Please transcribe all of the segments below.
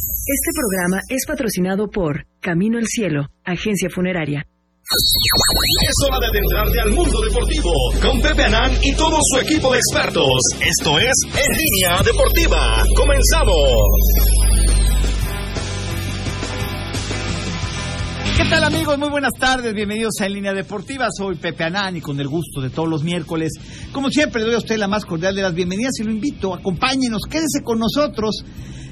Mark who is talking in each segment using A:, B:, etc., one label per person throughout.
A: Este programa es patrocinado por Camino al Cielo, agencia funeraria.
B: Es hora de adentrarte al mundo deportivo con Pepe Anán y todo su equipo de expertos. Esto es En Línea Deportiva. Comenzamos.
C: ¿Qué tal amigos? Muy buenas tardes, bienvenidos a En Línea Deportiva. Soy Pepe Anán y con el gusto de todos los miércoles, como siempre, le doy a usted la más cordial de las bienvenidas y lo invito, acompáñenos, quédese con nosotros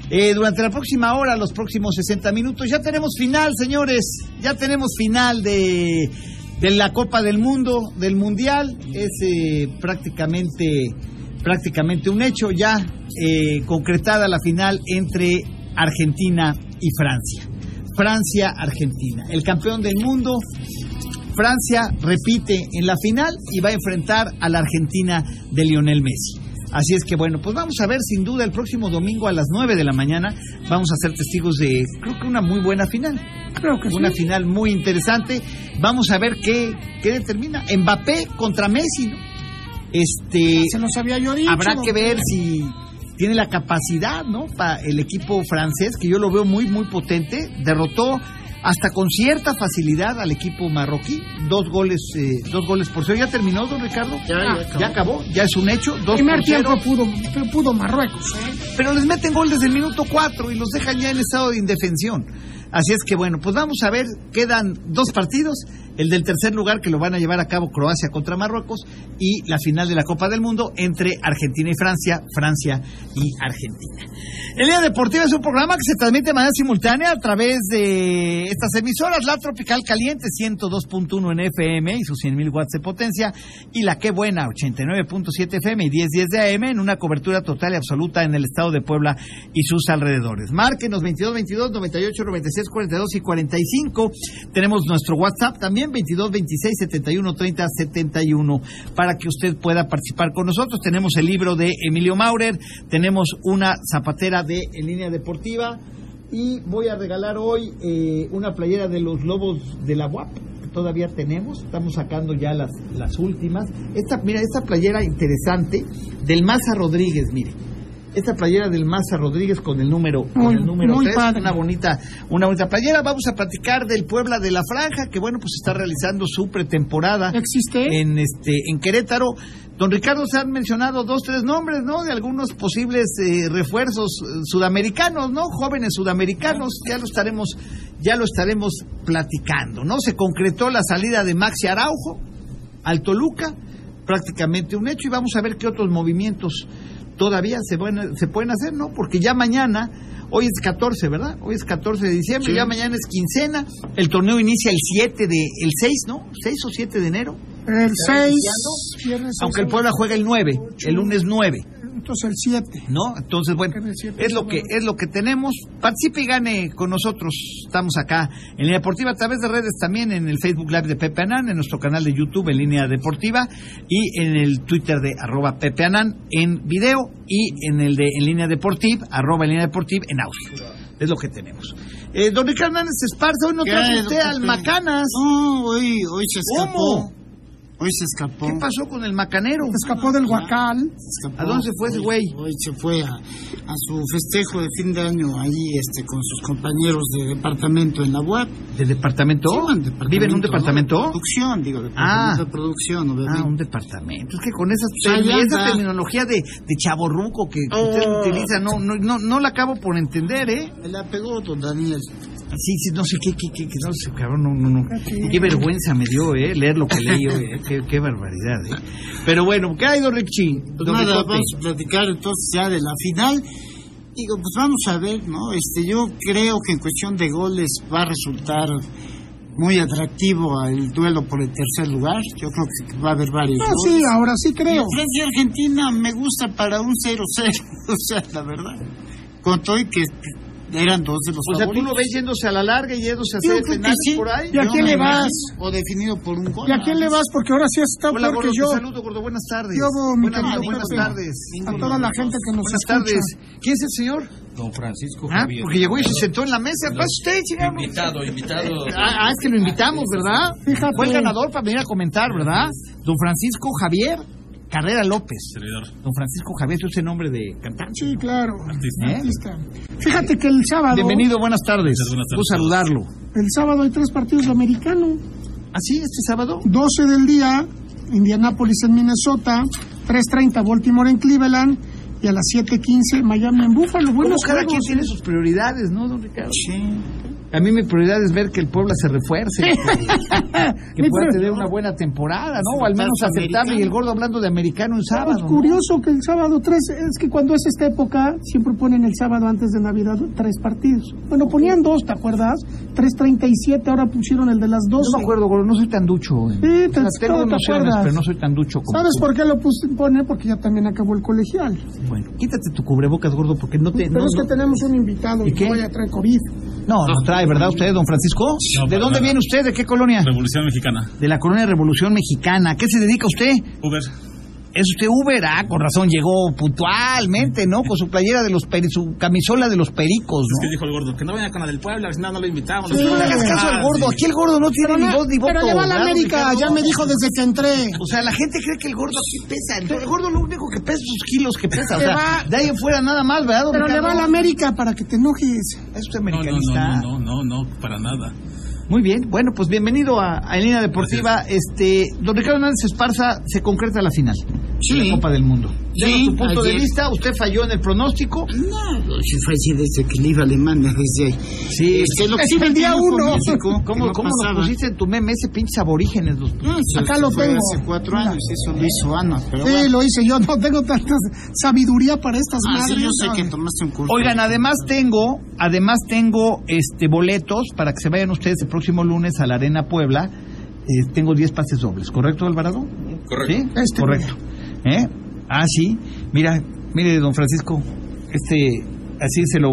C: eh, durante la próxima hora, los próximos 60 minutos. Ya tenemos final, señores, ya tenemos final de, de la Copa del Mundo, del Mundial. Es eh, prácticamente, prácticamente un hecho ya eh, concretada la final entre Argentina y Francia. Francia-Argentina. El campeón del mundo, Francia, repite en la final y va a enfrentar a la Argentina de Lionel Messi. Así es que bueno, pues vamos a ver sin duda el próximo domingo a las 9 de la mañana vamos a ser testigos de creo que una muy buena final. Creo
A: ¿Ah,
C: que una final muy interesante. Vamos a ver qué, qué determina Mbappé contra Messi, ¿no? Este
D: Se los había yo dicho.
C: Habrá que ver si tiene la capacidad, ¿no? Para el equipo francés, que yo lo veo muy, muy potente. Derrotó hasta con cierta facilidad al equipo marroquí. Dos goles, eh, dos goles por cero. ¿Ya terminó, don Ricardo?
D: Ya, ya acabó.
C: ya acabó. Ya es un hecho. Dos
D: Primer
C: por cero.
D: tiempo pudo, pudo Marruecos. ¿eh?
C: Pero les meten gol desde el minuto cuatro y los dejan ya en estado de indefensión. Así es que bueno, pues vamos a ver, quedan dos partidos, el del tercer lugar que lo van a llevar a cabo Croacia contra Marruecos y la final de la Copa del Mundo entre Argentina y Francia, Francia y Argentina. El Día Deportiva es un programa que se transmite de manera simultánea a través de estas emisoras, la Tropical Caliente 102.1 en FM y sus 100.000 watts de potencia y la Qué Buena 89.7 FM y 1010 de AM en una cobertura total y absoluta en el estado de Puebla y sus alrededores. Márquenos 22 22 98 96 42 y 45. Tenemos nuestro WhatsApp también 22 26 71 30 71 para que usted pueda participar con nosotros. Tenemos el libro de Emilio Maurer, tenemos una zapatera de En Línea Deportiva y voy a regalar hoy eh, una playera de los Lobos de la UAP que todavía tenemos, estamos sacando ya las, las últimas. Esta, mira, esta playera interesante del Maza Rodríguez, mire. Esta playera del Maza Rodríguez con el número, con
D: Muy-
C: el número
D: muy
C: tres,
D: padre.
C: una bonita, una bonita playera. Vamos a platicar del Puebla de la Franja, que bueno, pues está realizando su pretemporada
D: ¿Existe?
C: en este en Querétaro. Don Ricardo se han mencionado dos tres nombres, ¿no? De algunos posibles eh, refuerzos eh, sudamericanos, ¿no? Jóvenes sudamericanos, ya lo estaremos ya lo estaremos platicando, ¿no? Se concretó la salida de Maxi Araujo al Toluca, prácticamente un hecho y vamos a ver qué otros movimientos todavía se pueden, se pueden hacer, ¿no? Porque ya mañana Hoy es 14, ¿verdad? Hoy es 14 de diciembre, ya mañana es quincena. El torneo inicia el 7 de el 6, ¿no? 6 o 7 de enero.
D: El 6,
C: iniciando?
D: viernes seis,
C: Aunque el Puebla juega el 9, el lunes 9,
D: Entonces el 7.
C: ¿no? Entonces, bueno, es lo que es lo que tenemos. Participe y gane con nosotros. Estamos acá en Línea Deportiva a través de redes también en el Facebook Live de Pepe Anán, en nuestro canal de YouTube en Línea Deportiva y en el Twitter de arroba Pepe Anán en video y en el de en Línea Deportiva, arroba en Línea Deportiva en audio. Es lo que tenemos. Eh, don Ricardo Hernández Esparza, hoy no
E: ¿Qué
C: trajo
E: hay,
C: usted
E: don
C: al
E: Pepe?
C: Macanas.
E: No, Uh, hoy, hoy se escapó.
C: ¿Cómo?
E: Hoy se escapó.
C: ¿Qué pasó con el Macanero? Ah.
D: Escapó del Huacal.
E: Se escapó.
C: ¿A dónde se fue ese
E: Hoy-
C: güey?
E: Hoy se fue a, a su festejo de fin de año ahí este, con sus compañeros de departamento en la web.
C: ¿Del departamento? ¿Vive en un departamento?
E: Producción, digo,
C: Ah.
E: departamento de producción,
C: Ah,
E: obviamente.
C: un departamento. Es que con esas,
E: Ahí
C: termi- esa
E: anda.
C: terminología de, de chaborruco que, que
E: Oh.
C: usted utiliza, no, no, no, no la acabo por entender, ¿eh?
E: Me la pegó don Daniel.
C: Sí, sí, no sé qué, qué, qué, qué, no sé, cabrón, no, no, no.
D: Ah,
C: Qué vergüenza me dio, ¿eh? Leer lo que leí, hoy, ¿eh? Qué, qué barbaridad, ¿eh? Pero bueno, ¿qué hay, don Richie?
E: Pues
C: Don
E: nada,
C: Ricote.
E: vamos a platicar entonces ya de la final. Digo, pues vamos a ver, ¿no? Este, yo creo que en cuestión de goles va a resultar muy atractivo el duelo por el tercer lugar. Yo creo que va a haber varios.
D: No,
E: goles.
D: sí, ahora sí creo.
E: Y Francia y Argentina me gusta para un 0-0, o sea, la verdad. Con todo y que eran dos de los
C: O sea, tú
E: favoritos.
C: lo ves yéndose a la larga y yéndose a
E: Yo
C: hacer
E: creo que
C: penales
E: sí.
C: por ahí.
D: ¿Y a
E: Yo
D: quién
E: me
D: le vas?
E: imagino, O definido por un gol.
D: ¿Y a quién le vas? Porque ahora sí está
C: Hola,
D: peor que
C: Gordo, te
D: yo.
C: saludo, Gordo. Buenas tardes.
D: Yo, mi
C: buenas,
D: querido
C: buenas
D: Pepe.
C: tardes.
D: A toda la gente que nos
C: Buenas
D: escucha.
C: tardes. ¿Quién es el señor?
F: Don Francisco
C: Ah,
F: Javier.
C: porque llegó y se sentó en la mesa.
D: pues,
C: Pasa usted, señor.
F: Invitado, invitado.
C: Ah, ah, es que lo invitamos, ¿verdad?
D: Fíjate.
C: Fue el ganador para venir a comentar, ¿verdad? Don Francisco Javier. Carrera López.
F: servidor.
C: Don Francisco Javier, ese nombre de cantante.
D: Sí, claro.
F: Artista.
C: ¿Eh?
D: Artista. Fíjate que el sábado.
C: Bienvenido, buenas tardes.
F: Muchas buenas tardes.
C: Un saludarlo.
D: El sábado hay tres partidos de americano.
C: ¿Ah, sí? ¿Este sábado?
D: 12 del día, Indianápolis en Minnesota. 3.30, Baltimore en Cleveland. Y a las 7.15, Miami en Buffalo.
C: Bueno,
D: Buenos
C: Pues cada quien
D: juegos.
C: tiene sus prioridades, ¿no, don Ricardo? A mí mi prioridad es ver que el Puebla se refuerce, que, que
D: Mi
C: pueda
D: pre-
C: tener una buena temporada, ¿no? O al menos
E: Americano.
C: aceptable. Y el gordo hablando de americano un
D: Sábado,
C: sábado. ¿no?
D: curioso que el sábado 3, es que cuando es esta época, siempre ponen el sábado antes de Navidad tres partidos. Bueno, ponían dos, ¿te acuerdas? 3.37, ahora pusieron el de las 12.
C: No me acuerdo, gordo, no soy tan ducho. en-
D: Sí,
C: o sea,
D: te-
C: tengo
D: te
C: nociones,
D: acuerdas.
C: pero no soy tan ducho como.
D: ¿Sabes
C: tú.
D: por qué lo pus- ponen? Porque ya también acabó el colegial.
C: Bueno, quítate tu cubrebocas, gordo, porque no te.
D: Pero
C: No,
D: es que
C: no-
D: tenemos un invitado
C: ¿Y
D: que
C: qué?
D: voy a traer COVID.
C: no, no trae, ¿verdad usted, don Francisco?
F: No,
C: ¿De
F: para
C: dónde
F: nada.
C: viene usted? ¿De qué colonia?
F: Revolución Mexicana.
C: De la colonia Revolución Mexicana. ¿Qué se dedica usted?
F: Uber.
C: Es usted Uber, ah, con razón, llegó puntualmente, ¿no? Con su playera de los peri, su camisola de los pericos,
F: Es que
C: ¿no?
F: dijo el gordo, que no venga con la del pueblo, si no, no lo invitamos. Ah,
C: No le hagas caso al gordo, aquí el gordo no tiene ni voz ni voto.
D: pero le va a la
C: ¿verdad,
D: América,
C: Ricardo?
D: ya me dijo desde que entré.
C: O sea, la gente cree que el gordo aquí pesa. El, el gordo lo único que pesa es sus kilos que pesa. O
D: Le
C: sea,
D: va-
C: de ahí en fuera nada más, ¿verdad, don
D: Pero le
C: Ricardo?
D: va a la América para que te enojes.
C: Es usted
F: No, no,
C: americanista.
F: no, no, no, no, no, para nada.
C: Muy bien, bueno, pues bienvenido a, a En Línea Deportiva. Este, don Ricardo Hernández Esparza se concreta la final de la Copa del Mundo. Desde
E: Sí,
C: su punto de
E: ayer.
C: vista, usted falló en el pronóstico.
E: No, si fue así desde que le iba Alemania, desde ahí.
C: Sí,
E: Este, lo que sí
D: el
E: tenía
D: día
E: con
D: uno.
E: México, que
C: ¿Cómo,
E: no
C: cómo nos
E: pasaba.
C: pusiste en tu meme ese pinches aborígenes? Los...
E: No, eso
D: Acá lo
E: fue
D: tengo.
E: Hace cuatro
D: Mira.
E: años, eso lo hizo Ana. Pero
D: Sí,
E: bueno,
D: lo hice yo, no tengo tanta sabiduría para estas
E: Ah, sí,
D: madres.
E: yo sé
D: ¿sabes?
E: que tomaste un curso.
C: Oigan, además tengo, además tengo este boletos para que se vayan ustedes el próximo lunes a la Arena Puebla. Eh, tengo 10 pases dobles, ¿correcto, Alvarado?
F: Correcto.
C: Sí,
D: Este,
C: correcto. ¿Eh? Ah, sí. Mira, mire, don Francisco, este, así se lo.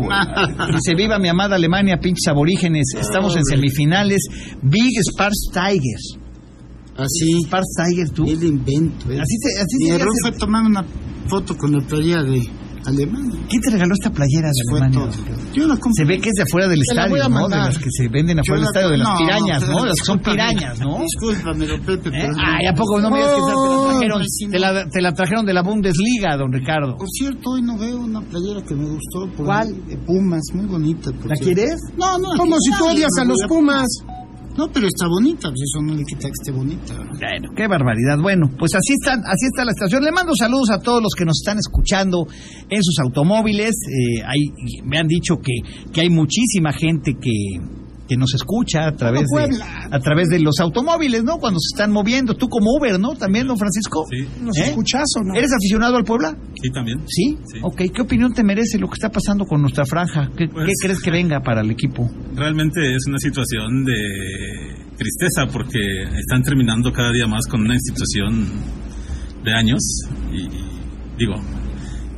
C: Dice: Viva mi amada Alemania, pinches aborígenes. Estamos en semifinales. Big Sparse Tigers.
E: Así,
C: Sparse Tigers, tú.
E: el Ah, invento. eh.
C: Así se. Así
E: Mi
C: se
E: error
C: hace-
E: fue tomar una foto con la playera de Alemania.
C: ¿Quién te regaló esta playera de
E: Fue
C: Alemania?
E: todo. Yo la
C: Se
E: compré.
C: ve que es de afuera del
E: Te la voy
C: estadio,
E: a
C: ¿no? De
E: mandar.
C: las que se venden afuera del
E: Yo la-
C: estadio, de las
E: no,
C: pirañas, ¿no? Las
E: te-
C: que son
E: discúlpame.
C: pirañas, ¿no?
E: Discúlpame, Pepe,
C: ¿Eh?
E: pero...
C: Ay, ¿a poco no me digas que esa te la
E: Oh,
C: trajeron?
E: sí, no.
C: Te la, te la trajeron de la Bundesliga, don Ricardo.
E: Por cierto, hoy no veo una playera que me gustó. por
C: ¿Cuál?
E: ahí, De Pumas, muy bonita. por
C: ¿La
E: cierto.
C: quieres?
E: No, no.
D: Como si tú
E: nadie
D: odias
E: me
D: a los
E: voy
D: Pumas.
E: No, pero está bonita, pues eso no le quita que esté bonita.
C: Bueno, qué barbaridad. Bueno, pues así están, así está la estación. Le mando saludos a todos los que nos están escuchando en sus automóviles. Eh, hay- me han dicho que, que hay muchísima gente que, que nos escucha a través de
D: Puebla.
C: a través de los automóviles, ¿no? Cuando se están moviendo. Tú como Uber, ¿no? También, don Francisco.
F: Sí.
D: ¿Nos
C: ¿Eh?
D: escuchas o no?
C: ¿Eres aficionado al Puebla?
F: Sí, también.
C: ¿Sí?
F: Sí.
C: Ok, ¿qué opinión te merece lo que está pasando con nuestra franja? ¿Qué,
F: Pues-
C: qué crees que venga para el equipo?
F: Realmente es una situación de tristeza porque están terminando cada día más con una institución de años y digo,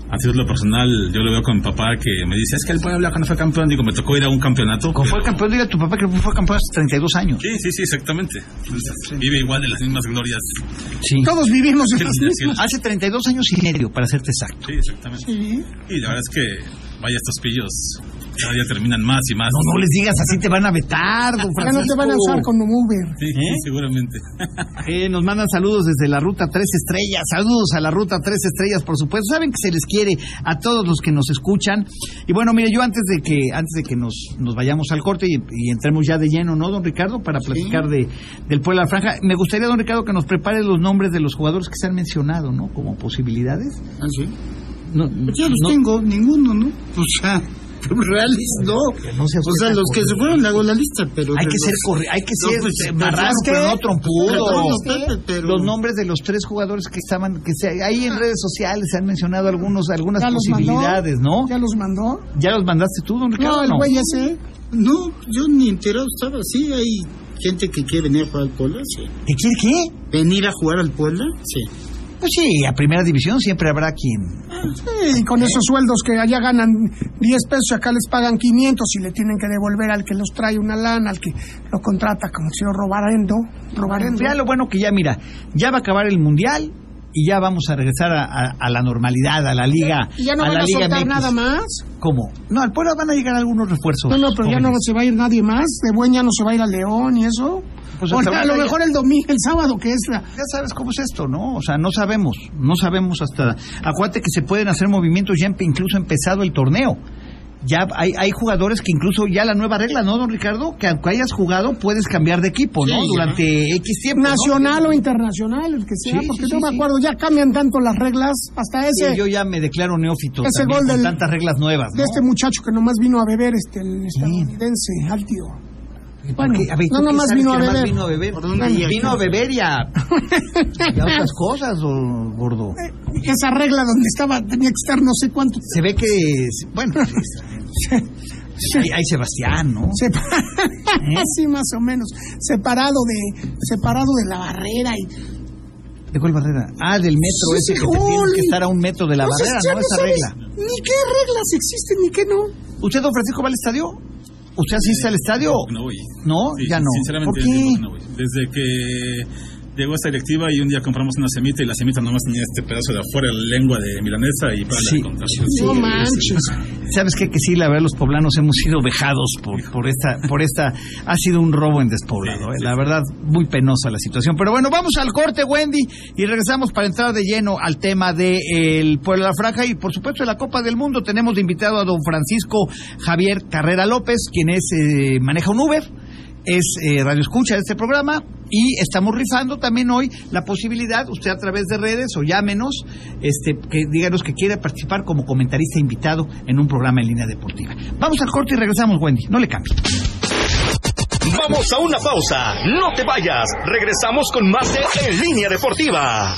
F: a título personal yo lo veo con mi papá que me dice, es que el Puebla cuando fue campeón, digo, me tocó ir a un campeonato.
C: Como fue
F: pero-
C: campeón, dile a tu papá que fue campeón hace 32 años.
F: Sí, sí, sí, exactamente. Entonces, Vive igual de las mismas glorias.
C: Sí.
D: Todos vivimos en
F: Sí,
D: las
F: sí, sí.
D: mismas.
C: Hace 32 años y medio, para serte exacto.
F: Sí, exactamente.
D: Sí.
F: Y la verdad es que, vaya, estos pillos cada día terminan más y más.
C: No, no les digas así, te van a vetar, don
D: Ya no te van a usar con un Uber.
F: Sí, sí, seguramente.
C: Eh, nos mandan saludos desde la Ruta 3 Estrellas. Saludos a la Ruta 3 Estrellas, por supuesto. Saben que se les quiere a todos los que nos escuchan. Y bueno, mire, yo antes de que antes de que nos, nos vayamos al corte y, y entremos ya de lleno, ¿no, don Ricardo? Para platicar de, del Puebla a la Franja. Me gustaría, don Ricardo, que nos prepare los nombres de los jugadores que se han mencionado, ¿no? Como posibilidades.
E: ¿Ah, sí?
C: No,
E: Pues yo los
C: no-
E: tengo, ninguno, ¿no? O sea, reales no.
C: No se
E: O sea, los que se fueron le hago la lista, pero...
C: Hay que
E: de
C: ser
E: los-
C: corre, hay que
E: No,
C: ser
E: pues,
C: eh,
E: perdón,
C: barrasco,
E: ¿qué?
C: no trompudo.
E: Perdón, Pepe, pero-
C: Los nombres de los tres jugadores que estaban, que se, ahí en redes sociales se han mencionado algunos, algunas
D: Ah. Ya los
C: posibilidades, ¿no?
D: ¿Ya los mandó?
C: ¿Ya los mandaste tú, don Ricardo?
D: No, el
C: No.
D: güey ese.
E: No, yo ni enterado estaba. Sí, hay gente que quiere venir a jugar al Puebla, sí.
C: ¿Qué quiere qué?
E: ¿Venir a jugar al Puebla? Sí.
C: Pues sí, a primera división siempre habrá quien.
D: Sí, y con esos sueldos que allá ganan 10 pesos y acá les pagan 500 y le tienen que devolver al que los trae una lana, al que lo contrata como si lo robarendo. robarendo.
C: Ya lo bueno que ya, mira, ya va a acabar el mundial y ya vamos a regresar a, a- a la normalidad, a la liga.
D: ¿Y ya no
C: a
D: van
C: la
D: a
C: liga
D: soltar
C: MX.
D: nada más?
C: ¿Cómo? No, al pueblo van a llegar algunos refuerzos.
D: No, no, pero ya no
C: jóvenes.
D: se va a ir nadie más. De buen ya no se va a ir a León y eso.
C: Pues
D: O
C: hasta
D: sea, a
C: ahora
D: lo
C: ya-
D: mejor el domingo, el sábado, que es la.
C: Ya sabes cómo es esto, ¿no? O sea, no sabemos, no sabemos hasta... Acuérdate que se pueden hacer movimientos ya empe- incluso empezado el torneo. Ya hay, hay jugadores que incluso ya la nueva regla, ¿no, don Ricardo? Que aunque hayas jugado puedes cambiar de equipo, ¿no?
E: Sí,
C: Durante X tiempo. ¿no?
D: Nacional o internacional, el que sea,
C: Sí,
D: porque
C: sí,
D: yo
C: sí,
D: me
C: sí.
D: acuerdo, ya cambian tanto las reglas, hasta
C: Sí,
D: ese
C: yo ya me declaro neófito
D: ese
C: también,
D: gol
C: con
D: del-
C: tantas reglas nuevas,
D: de
C: ¿no?
D: este muchacho que nomás vino a beber, este, el estadounidense, Altio.
C: ¿Y por
D: bueno,
C: qué? A ver, ¿tú
D: no
C: qué
D: nomás
C: sabes
D: vino
C: que
D: a
C: nomás
D: beber.
C: vino a beber.
E: ¿Por dónde llega?
C: Vino a beber y a, y a otras cosas, o- gordo.
D: Esa regla donde estaba, tenía que estar no sé cuánto.
C: Se ve que, es- bueno, pues, es- hay, hay Sebastián, ¿no? ¿Eh?
D: sepa- Así más o menos, separado de, separado de la barrera y
C: ¿De cuál barrera? Ah, del metro
D: Sí,
C: ese que
D: sí,
C: te tienes que
D: ¡Jole!
C: estar a un metro de la
D: Entonces,
C: barrera,
D: ya
C: ¿no? Esa
D: sabes
C: regla.
D: Ni qué reglas existen ni qué no.
C: ¿Usted, don Francisco, va al estadio? ¿Usted asiste al estadio?
F: No voy.
C: No,
F: Sí,
C: ya no.
F: Sinceramente,
C: ¿Por qué?
F: digo que no voy. Desde que llegó esta directiva y un día compramos una semita y la semita nomás tenía este pedazo de afuera, la lengua de milanesa y para
C: Sí.
F: la contar.
D: no manches.
C: ¿Sabes qué? Que sí, la verdad, los poblanos hemos sido vejados por, por esta, por esta, ha sido un robo en despoblado,
F: Sí,
C: ¿eh?
F: sí,
C: la
F: sí.
C: verdad, muy penosa la situación. Pero bueno, vamos al corte, Wendy, y regresamos para entrar de lleno al tema del de, el Puebla de la Franja y, por supuesto, de la Copa del Mundo. Tenemos de invitado a don Francisco Javier Carrera López, quien es, eh, maneja un Uber. Es eh, radio escucha de este programa y estamos rifando también hoy la posibilidad, usted a través de redes o llámenos, este, que díganos que quiere participar como comentarista invitado en un programa en línea deportiva. Vamos al corte y regresamos, Wendy. No le cambie.
B: Vamos a una pausa. No te vayas. Regresamos con más de En Línea Deportiva.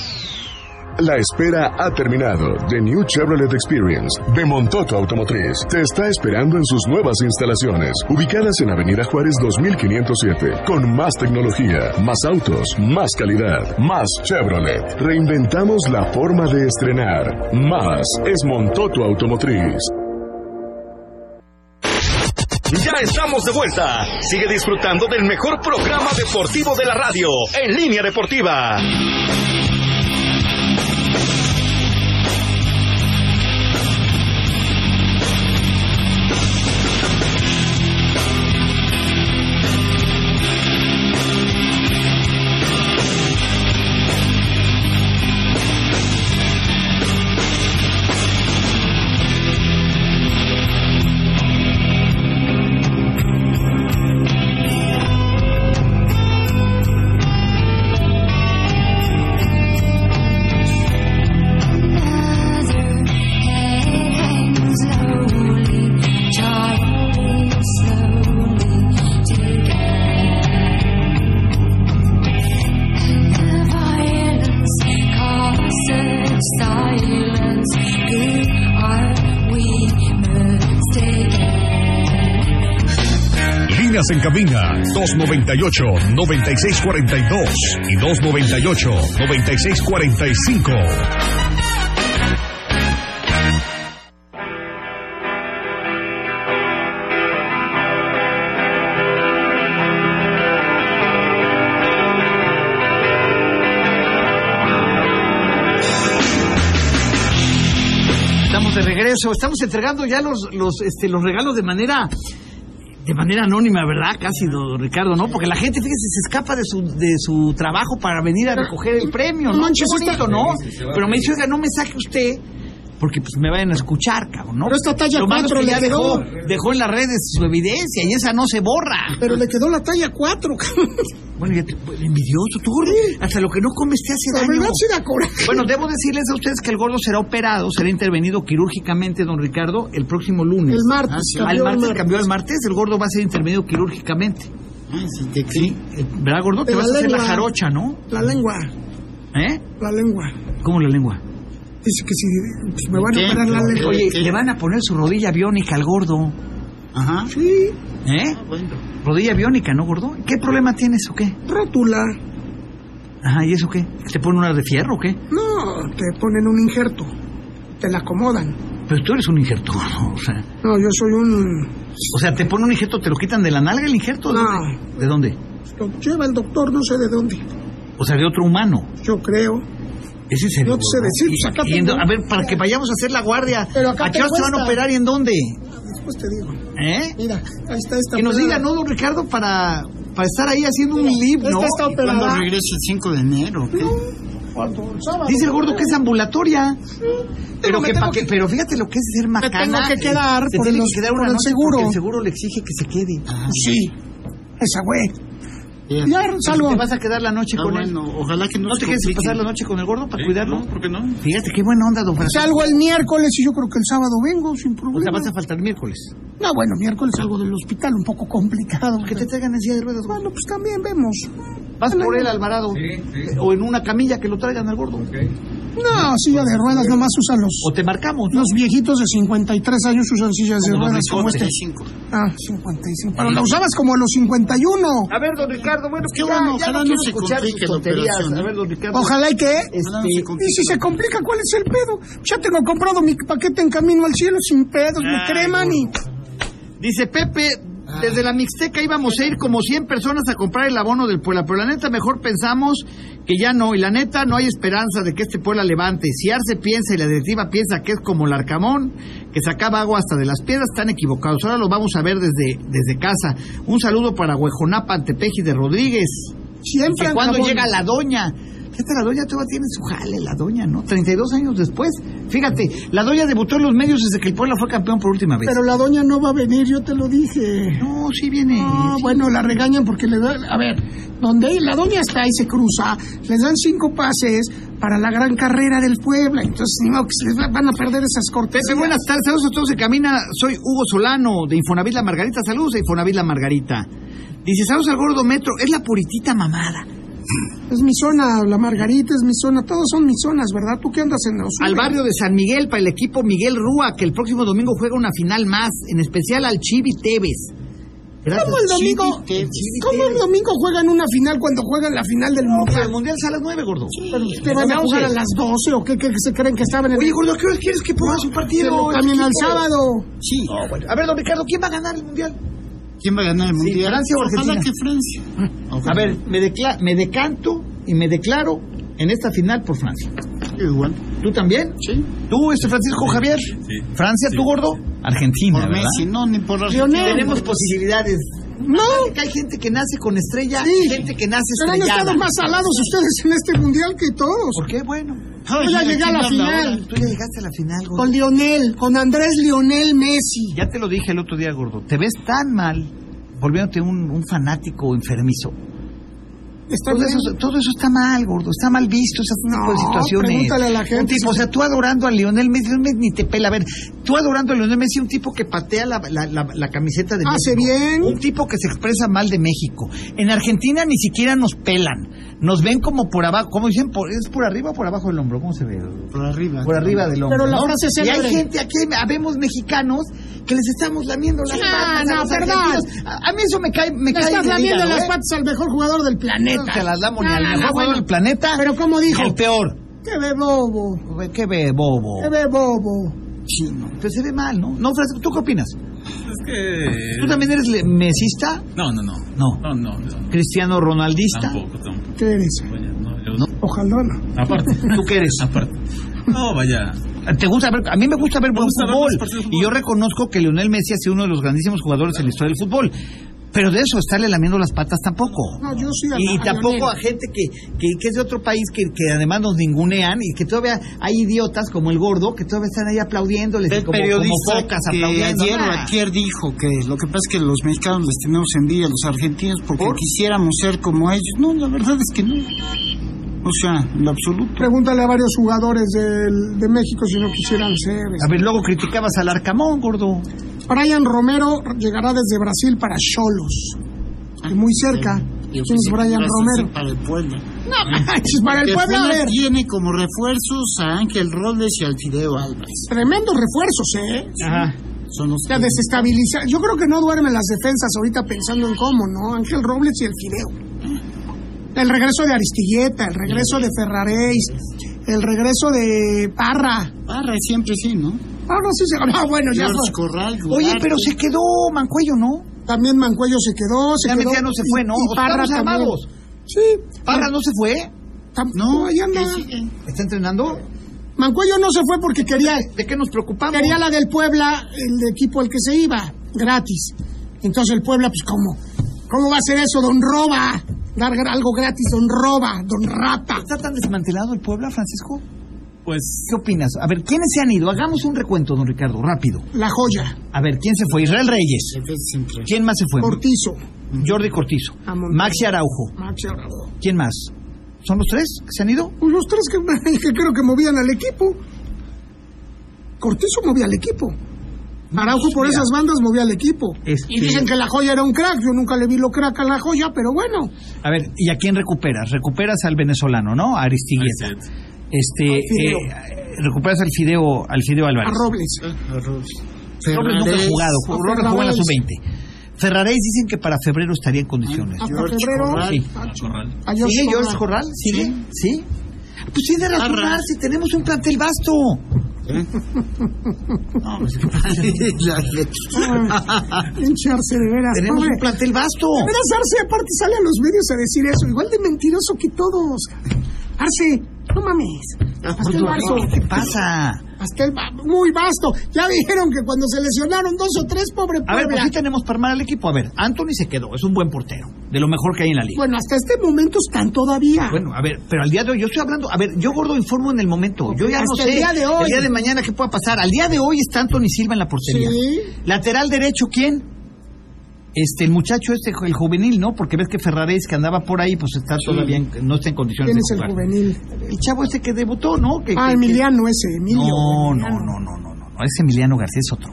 G: La espera ha terminado. The New Chevrolet Experience de Montoto Automotriz te está esperando en sus nuevas instalaciones, ubicadas en Avenida Juárez 2507, con más tecnología, más autos, más calidad, más Chevrolet. Reinventamos la forma de estrenar. Más es Montoto Automotriz.
B: Ya estamos de vuelta. Sigue disfrutando del mejor programa deportivo de la radio, En Línea Deportiva.
H: Silence, who are we mistaken?
I: Líneas en cabina 298-9642 y 298-9645.
C: Estamos de regreso, estamos entregando ya los, los, este, los regalos de manera de manera anónima, ¿verdad? Casi, don Ricardo, ¿no? Porque la gente, fíjese, se escapa de su, de su trabajo para venir a recoger el premio, ¿no? Qué
D: Manches,
C: bonito,
D: esta-
C: ¿no? Pero me dice, oiga, no me saque usted, porque pues me vayan a escuchar, cabrón, ¿no?
D: Pero esta talla
C: Lo malo es
D: cuatro
C: que
D: le
C: ya
D: quedó.
C: dejó, dejó en las redes su evidencia y esa no se borra.
D: Pero le quedó la talla 4, cabrón.
C: Bueno, ya te- envidioso, tú, gordo, hasta lo que no comes te hace
D: La
C: daño.
D: verdad sí da coraje.
C: Bueno, debo decirles a ustedes que el gordo será operado, será intervenido quirúrgicamente, don Ricardo, el próximo lunes.
D: El martes,
C: Ah, sí.
D: cambió
C: Al martes,
D: el martes.
C: cambió al martes, el gordo va a ser intervenido quirúrgicamente.
E: Ah, sí, te
C: Sí. ¿Verdad, gordo? Te
D: Pero
C: vas a
D: la
C: hacer la
D: lengua-
C: jarocha, ¿no?
D: La lengua,
C: ¿Eh?
D: la lengua.
C: ¿Cómo la lengua?
D: Dice que si pues, me van
E: ¿Qué?
D: a operar la lengua.
C: Oye,
E: ¿qué?
C: le van a poner su rodilla biónica al gordo.
E: Ajá.
D: Sí,
C: ¿Eh? Rodilla biónica, ¿no, gordo? ¿Qué problema tienes o qué?
D: rótula.
C: Ajá, ¿y eso qué? ¿Te ponen una de fierro o qué?
D: No, te ponen un injerto. Te la acomodan.
C: Pero tú eres un injerto, ¿no? o sea...
D: No, yo soy un...
C: O sea, te ponen un injerto, te lo quitan de la nalga el injerto. ¿De
D: No.
C: dónde? ¿De dónde?
D: pues, Lo lleva el doctor, no sé de dónde.
C: O sea, de otro humano.
D: Yo creo.
J: ¿Es en serio?
H: No te sé decir, pues acá
C: Y en do-
H: tengo-
C: a ver, para que vayamos a hacer la guardia.
H: Pero acá
C: ¿A
H: te
C: qué hora se van
H: cuesta.
C: a operar y en dónde?
H: Después te digo.
C: ¿Eh?
H: Mira, ahí está esta.
C: Que nos
H: operada.
C: diga, ¿no, don Ricardo? Para, para estar ahí haciendo un lib, ¿no?
H: Esta está
E: ¿Y cuándo
H: operada.
E: regresa el 5 de enero? ¿Qué?
H: Cuando el sábado.
C: Dice el gordo que es ambulatoria. Pero,
H: me
C: que
H: tengo
C: pa' que- pero fíjate lo que es ser macana.
H: tengo que quedar
C: Se
H: por
C: tiene
H: los-
C: que quedar
H: por
C: una
H: el
C: noche
H: seguro.
C: porque el seguro le exige que se quede.
H: Sí, esa güey.
E: Ya.
H: Ya salgo.
C: ¿Te vas a quedar la noche
E: Ah,
C: con él?
E: bueno, ojalá que no,
C: ¿No
E: se
C: te quieres
E: complique.
C: pasar la noche con el gordo para
F: Sí,
C: cuidarlo?
F: no, ¿Por qué no?
C: Fíjate qué buena onda, don Francisco.
H: Salgo el miércoles y yo creo que el sábado vengo sin
C: O sea,
H: problema.
C: vas a faltar miércoles.
H: No, bueno, miércoles salgo del hospital, un poco complicado.
C: Que te traigan en silla de ruedas.
H: Bueno, pues también vemos.
C: Vas por él, Alvarado. Eh, O en una camilla que lo traigan al gordo.
H: No, silla
C: pues,
H: de ruedas, nomás usan los,
C: O te marcamos. ¿no?
H: los viejitos de 53 años, usan sillas de
E: Como
H: ruedas
E: de
H: como este.
E: 45.
H: Ah, 55. Pero la usabas como a los 51.
C: A ver, don Ricardo, bueno, pues
E: Qué bueno, ojalá no
C: quiero
E: se
C: escuchar
E: complique
C: sus
E: la
C: tonterías.
E: operación,
C: A
E: ¿eh?
C: ver, don Ricardo.
H: Ojalá y que...
C: Este,
E: Ojalá no se complique.
H: Y si se complica, ¿cuál es el pedo? Ya tengo comprado mi paquete en camino al cielo sin pedos, me creman y...
C: Dice Pepe, desde la Mixteca íbamos a ir como 100 personas a comprar el abono del Puebla, pero la neta mejor pensamos que ya no, y la neta no hay esperanza de que este Puebla levante. Si Arce piensa y la directiva piensa que es como el Arcamón, que sacaba agua hasta de las piedras, están equivocados. Ahora lo vamos a ver desde, desde casa. Un saludo para Huejonapa, Antepeji de Rodríguez.
H: Siempre
C: Que
H: han
C: cuando
H: acabado.
C: llega la doña. Fíjate, la doña todavía tiene su jale, la doña, ¿no? 32 años después. Fíjate, la doña debutó en los medios desde que el Puebla fue campeón por última vez.
H: Pero la doña no va a venir, yo te lo dije.
C: No, sí viene.
H: No, bueno, la regañan porque le dan, a ver, donde la doña está y se cruza, les dan cinco pases para la gran carrera del Puebla, entonces no, que se les va- van a perder esas cortes.
C: Pepe, buenas tardes, saludos a todos de Camina. Soy Hugo Solano, de Infonavit La Margarita. Saludos de Infonavit La Margarita. Dice, saludos al gordo metro. Es la puritita mamada.
H: Es mi zona, la Margarita es mi zona, todos son mis zonas, ¿verdad? ¿Tú qué andas en los...
C: Al barrio de San Miguel para el equipo Miguel Rúa, que el próximo domingo juega una final más, en especial al Chivi Tevez. Gracias.
H: ¿Cómo el domingo?
C: Chivi Tevez, Chivi
H: ¿Cómo el
C: Tevez.
H: domingo juegan una final cuando juegan la final del
C: No, pero el
H: Mundial?
C: mundial es a las 9, gordo.
H: Pero ¿Te van a jugar a las 12 o qué, qué se creen que estaban en el...
C: Oye, gordo, ¿qué horas quieres que pongas un partido?
H: Pero también al
C: equipo?
H: sábado.
E: Sí.
C: A ver, don Ricardo, ¿quién va a ganar el mundial?
E: ¿Quién va a ganar el mundial?
C: Francia o
E: Ojalá
C: Argentina.
E: que Francia.
C: A ver, me, decla- me decanto y me declaro en esta final por Francia.
E: Igual.
C: ¿Tú también?
E: Sí.
C: ¿Tú, este Francisco Javier?
F: Sí.
C: ¿Francia,
F: Sí.
C: tú, gordo? Argentina,
E: Por Messi, no, ni por Argentina.
C: Tenemos posibilidades. No. hay gente que nace con estrella y gente que nace
H: Pero han
C: estrellada.
H: estado más alados ustedes en este mundial que todos.
C: ¿Por qué? Bueno.
E: Ay,
H: Yo ya
E: mira
H: llegué a
E: quién
H: la
E: habla
H: final.
E: ahora.
C: Tú ya llegaste a la final, gordo.
H: Con Lionel, con Andrés Lionel Messi.
C: Ya te lo dije el otro día, gordo. Te ves tan mal volviéndote un, un fanático enfermizo.
H: Está
C: Todo
H: bien.
C: Pues eso, todo eso está mal, gordo. Está mal visto ese tipo
H: No,
C: de situaciones.
H: pregúntale a la
C: Un
H: gente.
C: tipo, o sea, tú adorando a Lionel Messi, Lionel Messi ni te pela. A ver, tú adorando a Lionel Messi, un tipo que patea la, la- la- la camiseta de
H: Hace
C: México.
H: Ah, bien.
C: Un tipo que se expresa mal de México. En Argentina ni siquiera nos pelan. Nos ven como por abajo. ¿Cómo dicen? Por- ¿Es por arriba o por abajo del hombro? ¿Cómo se ve?
E: Por arriba.
C: Por arriba del hombro.
H: Pero la
C: ¿no?
H: frase es
C: Y hay
H: célebre.
C: gente aquí, habemos mexicanos que les estamos lamiendo las
H: No,
C: patas. a
H: Ah, no,
C: los
H: perdón.
C: argentinos. A, a mí eso me cae, me
H: Le
C: cae
H: estás
C: en el
H: lamiendo
C: hígado,
H: las
C: ¿eh?
H: patas al mejor jugador del planeta.
C: No te las damos ni al
H: Ah,
C: mejor
H: ah,
C: jugador
H: bueno.
C: del planeta.
H: Pero como dijo,
C: El peor.
H: que ve bobo,
C: Qué ve, bobo.
H: que ve bobo.
C: Chino. Pero se ve mal, ¿no? No, Francisco, ¿tú qué opinas?
F: Es que...
C: ¿Tú también eres le- mesista?
F: No, no, no.
C: No.
F: No, no, no.
C: ¿Cristiano Ronaldista?
F: Tampoco, tampoco.
H: ¿Qué eres?
F: Vaya, no, yo-
H: Ojalá no.
F: Aparte.
C: ¿Tú qué eres?
F: Aparte. No, vaya.
C: ¿Te gusta ver, a mí me gusta ver buen
F: gusta ver
C: fútbol.
F: los partidos de fútbol.
C: Y yo reconozco que Lionel Messi ha sido uno de los grandísimos jugadores en la historia del fútbol. Pero de eso, estarle lamiendo las patas tampoco.
H: No, yo sí a-
C: y
H: a
C: tampoco a
H: Lionel.
C: gente que, que, que es de otro país que, que además nos ningunean y que todavía hay idiotas como el gordo que todavía están ahí aplaudiéndoles y
E: El
C: Este, como,
E: periodista
C: como focas
E: que
C: aplaudiendo.
E: ayer, o
C: Ah.
E: antier dijo que lo que pasa es que los mexicanos les tenemos envidia a los argentinos porque quisiéramos ser como ellos. No, la verdad es que no. O sea, en lo absoluto.
H: Pregúntale a varios jugadores del- de México si no quisieran ser. este.
C: A ver, luego criticabas al Arcamón, gordo.
H: Brian Romero llegará desde Brasil para Cholos. Muy cerca.
E: Eh, Y
H: ¿Quién es Brian
E: gracias
H: Romero?
E: Para el pueblo.
H: manches, para el Puebla, a ver.
E: tiene como refuerzos a Ángel Robles y al Fideo Álvarez.
H: Tremendos refuerzos, ¿eh?
E: Ajá. Son los
H: La desestabiliza. Yo creo que no duermen las defensas ahorita pensando en cómo, ¿no? Ángel Robles y el Fideo. El regreso de Aristilleta, el regreso de Ferraréis, el regreso de Parra.
E: Barra siempre sí, ¿no?
H: Ahora sí se Ah, bueno, ya
E: George
H: fue.
E: Corral.
C: Oye,
E: Duarte.
C: pero se quedó Mancuello, ¿no?
H: También Mancuello se quedó, se
C: Realmente
H: quedó.
C: ya no se fue, ¿no?
H: Y, y Parra
C: Estamos
H: también.
C: armados.
H: Sí.
C: Parra no se fue.
D: No, ahí anda.
C: ¿Está entrenando?
D: Mancuello no se fue porque quería
C: ¿De qué nos preocupamos?
D: Quería la del Puebla, el equipo al que se iba, gratis. Entonces el Puebla, pues ¿cómo? ¿Cómo va a ser eso, don Roba? Dar gra- algo gratis, don Roba, don Rata.
C: ¿Está tan desmantelado el Puebla, Francisco?
F: Pues
C: ¿Qué opinas? A ver, ¿quiénes se han ido? Hagamos un recuento, don Ricardo, rápido.
D: La joya,
C: A ver, ¿quién se fue? Israel Reyes. ¿Quién más se fue?
D: Cortizo.
C: Jordi Cortizo.
D: A Monterrey.
C: Maxi Araujo.
D: Maxi Araujo.
C: ¿Quién más? ¿Son los tres que se han ido?
D: Pues los tres que, que creo que movían al equipo. Cortizo movía al equipo. Araujo por esas bandas movía al equipo.
C: Este-
D: Y dicen que la joya era un crack. Yo nunca le vi lo crack a la joya, pero bueno.
C: A ver, ¿y a quién recuperas? Recuperas al venezolano, ¿no? A Aristigueta.
F: Aristigueta.
C: Este,
D: Al Fideo.
C: eh, recuperas al Fideo, al Fideo
D: A
C: Álvarez.
D: Robles.
C: Robles Este nunca ha jugado, Robles jugó en la
D: Ferraréis.
C: sub-20. Ferraréis dicen que para febrero estaría en condiciones.
D: Hasta febrero.
C: Sí.
F: al corral.
D: A George
C: ¿Sigue
D: Corral.
C: George Corral? ¿Sigue? ¿Sí? Pues sí, de razonar si tenemos un plantel vasto. pues,
D: Ah, Pinche Arce, de veras.
C: Tenemos
D: pobre.
C: un plantel vasto.
D: De veras, Arce, aparte sale a los medios a decir eso. Igual de mentiroso que todos. Arce, no mames. Pastel vasto.
C: Pues, ¿Qué pasa?
D: Pastel va- muy vasto. Ya dijeron que cuando se lesionaron dos o tres, pobre
C: A ver, ¿por
D: Puebla.
C: qué tenemos para armar al equipo? A ver, Anthony se quedó, es un buen portero, de lo mejor que hay en la liga.
D: Bueno, hasta este momento están todavía.
C: Bueno, a ver, pero al día de hoy, yo estoy hablando, a ver, yo gordo informo en el momento, yo ya no
D: Hasta
C: sé
D: el día de hoy.
C: el día de mañana qué pueda pasar. Al día de hoy está Anthony Silva en la portería.
D: Sí.
C: Lateral derecho, ¿quién? Este, el muchacho este, el juvenil, ¿no? Porque ves que Ferraréis que andaba por ahí, pues está todavía, en- no está en condiciones
D: ¿Quién
C: de
D: es el
C: jugar.
D: juvenil?
C: El chavo este que debutó, ¿no? Que- que-
D: Ah,
C: que-
D: Emiliano ese, Emilio.
C: no, no,
D: Emiliano.
C: no, no, no, no, no. Es Emiliano García, es otro.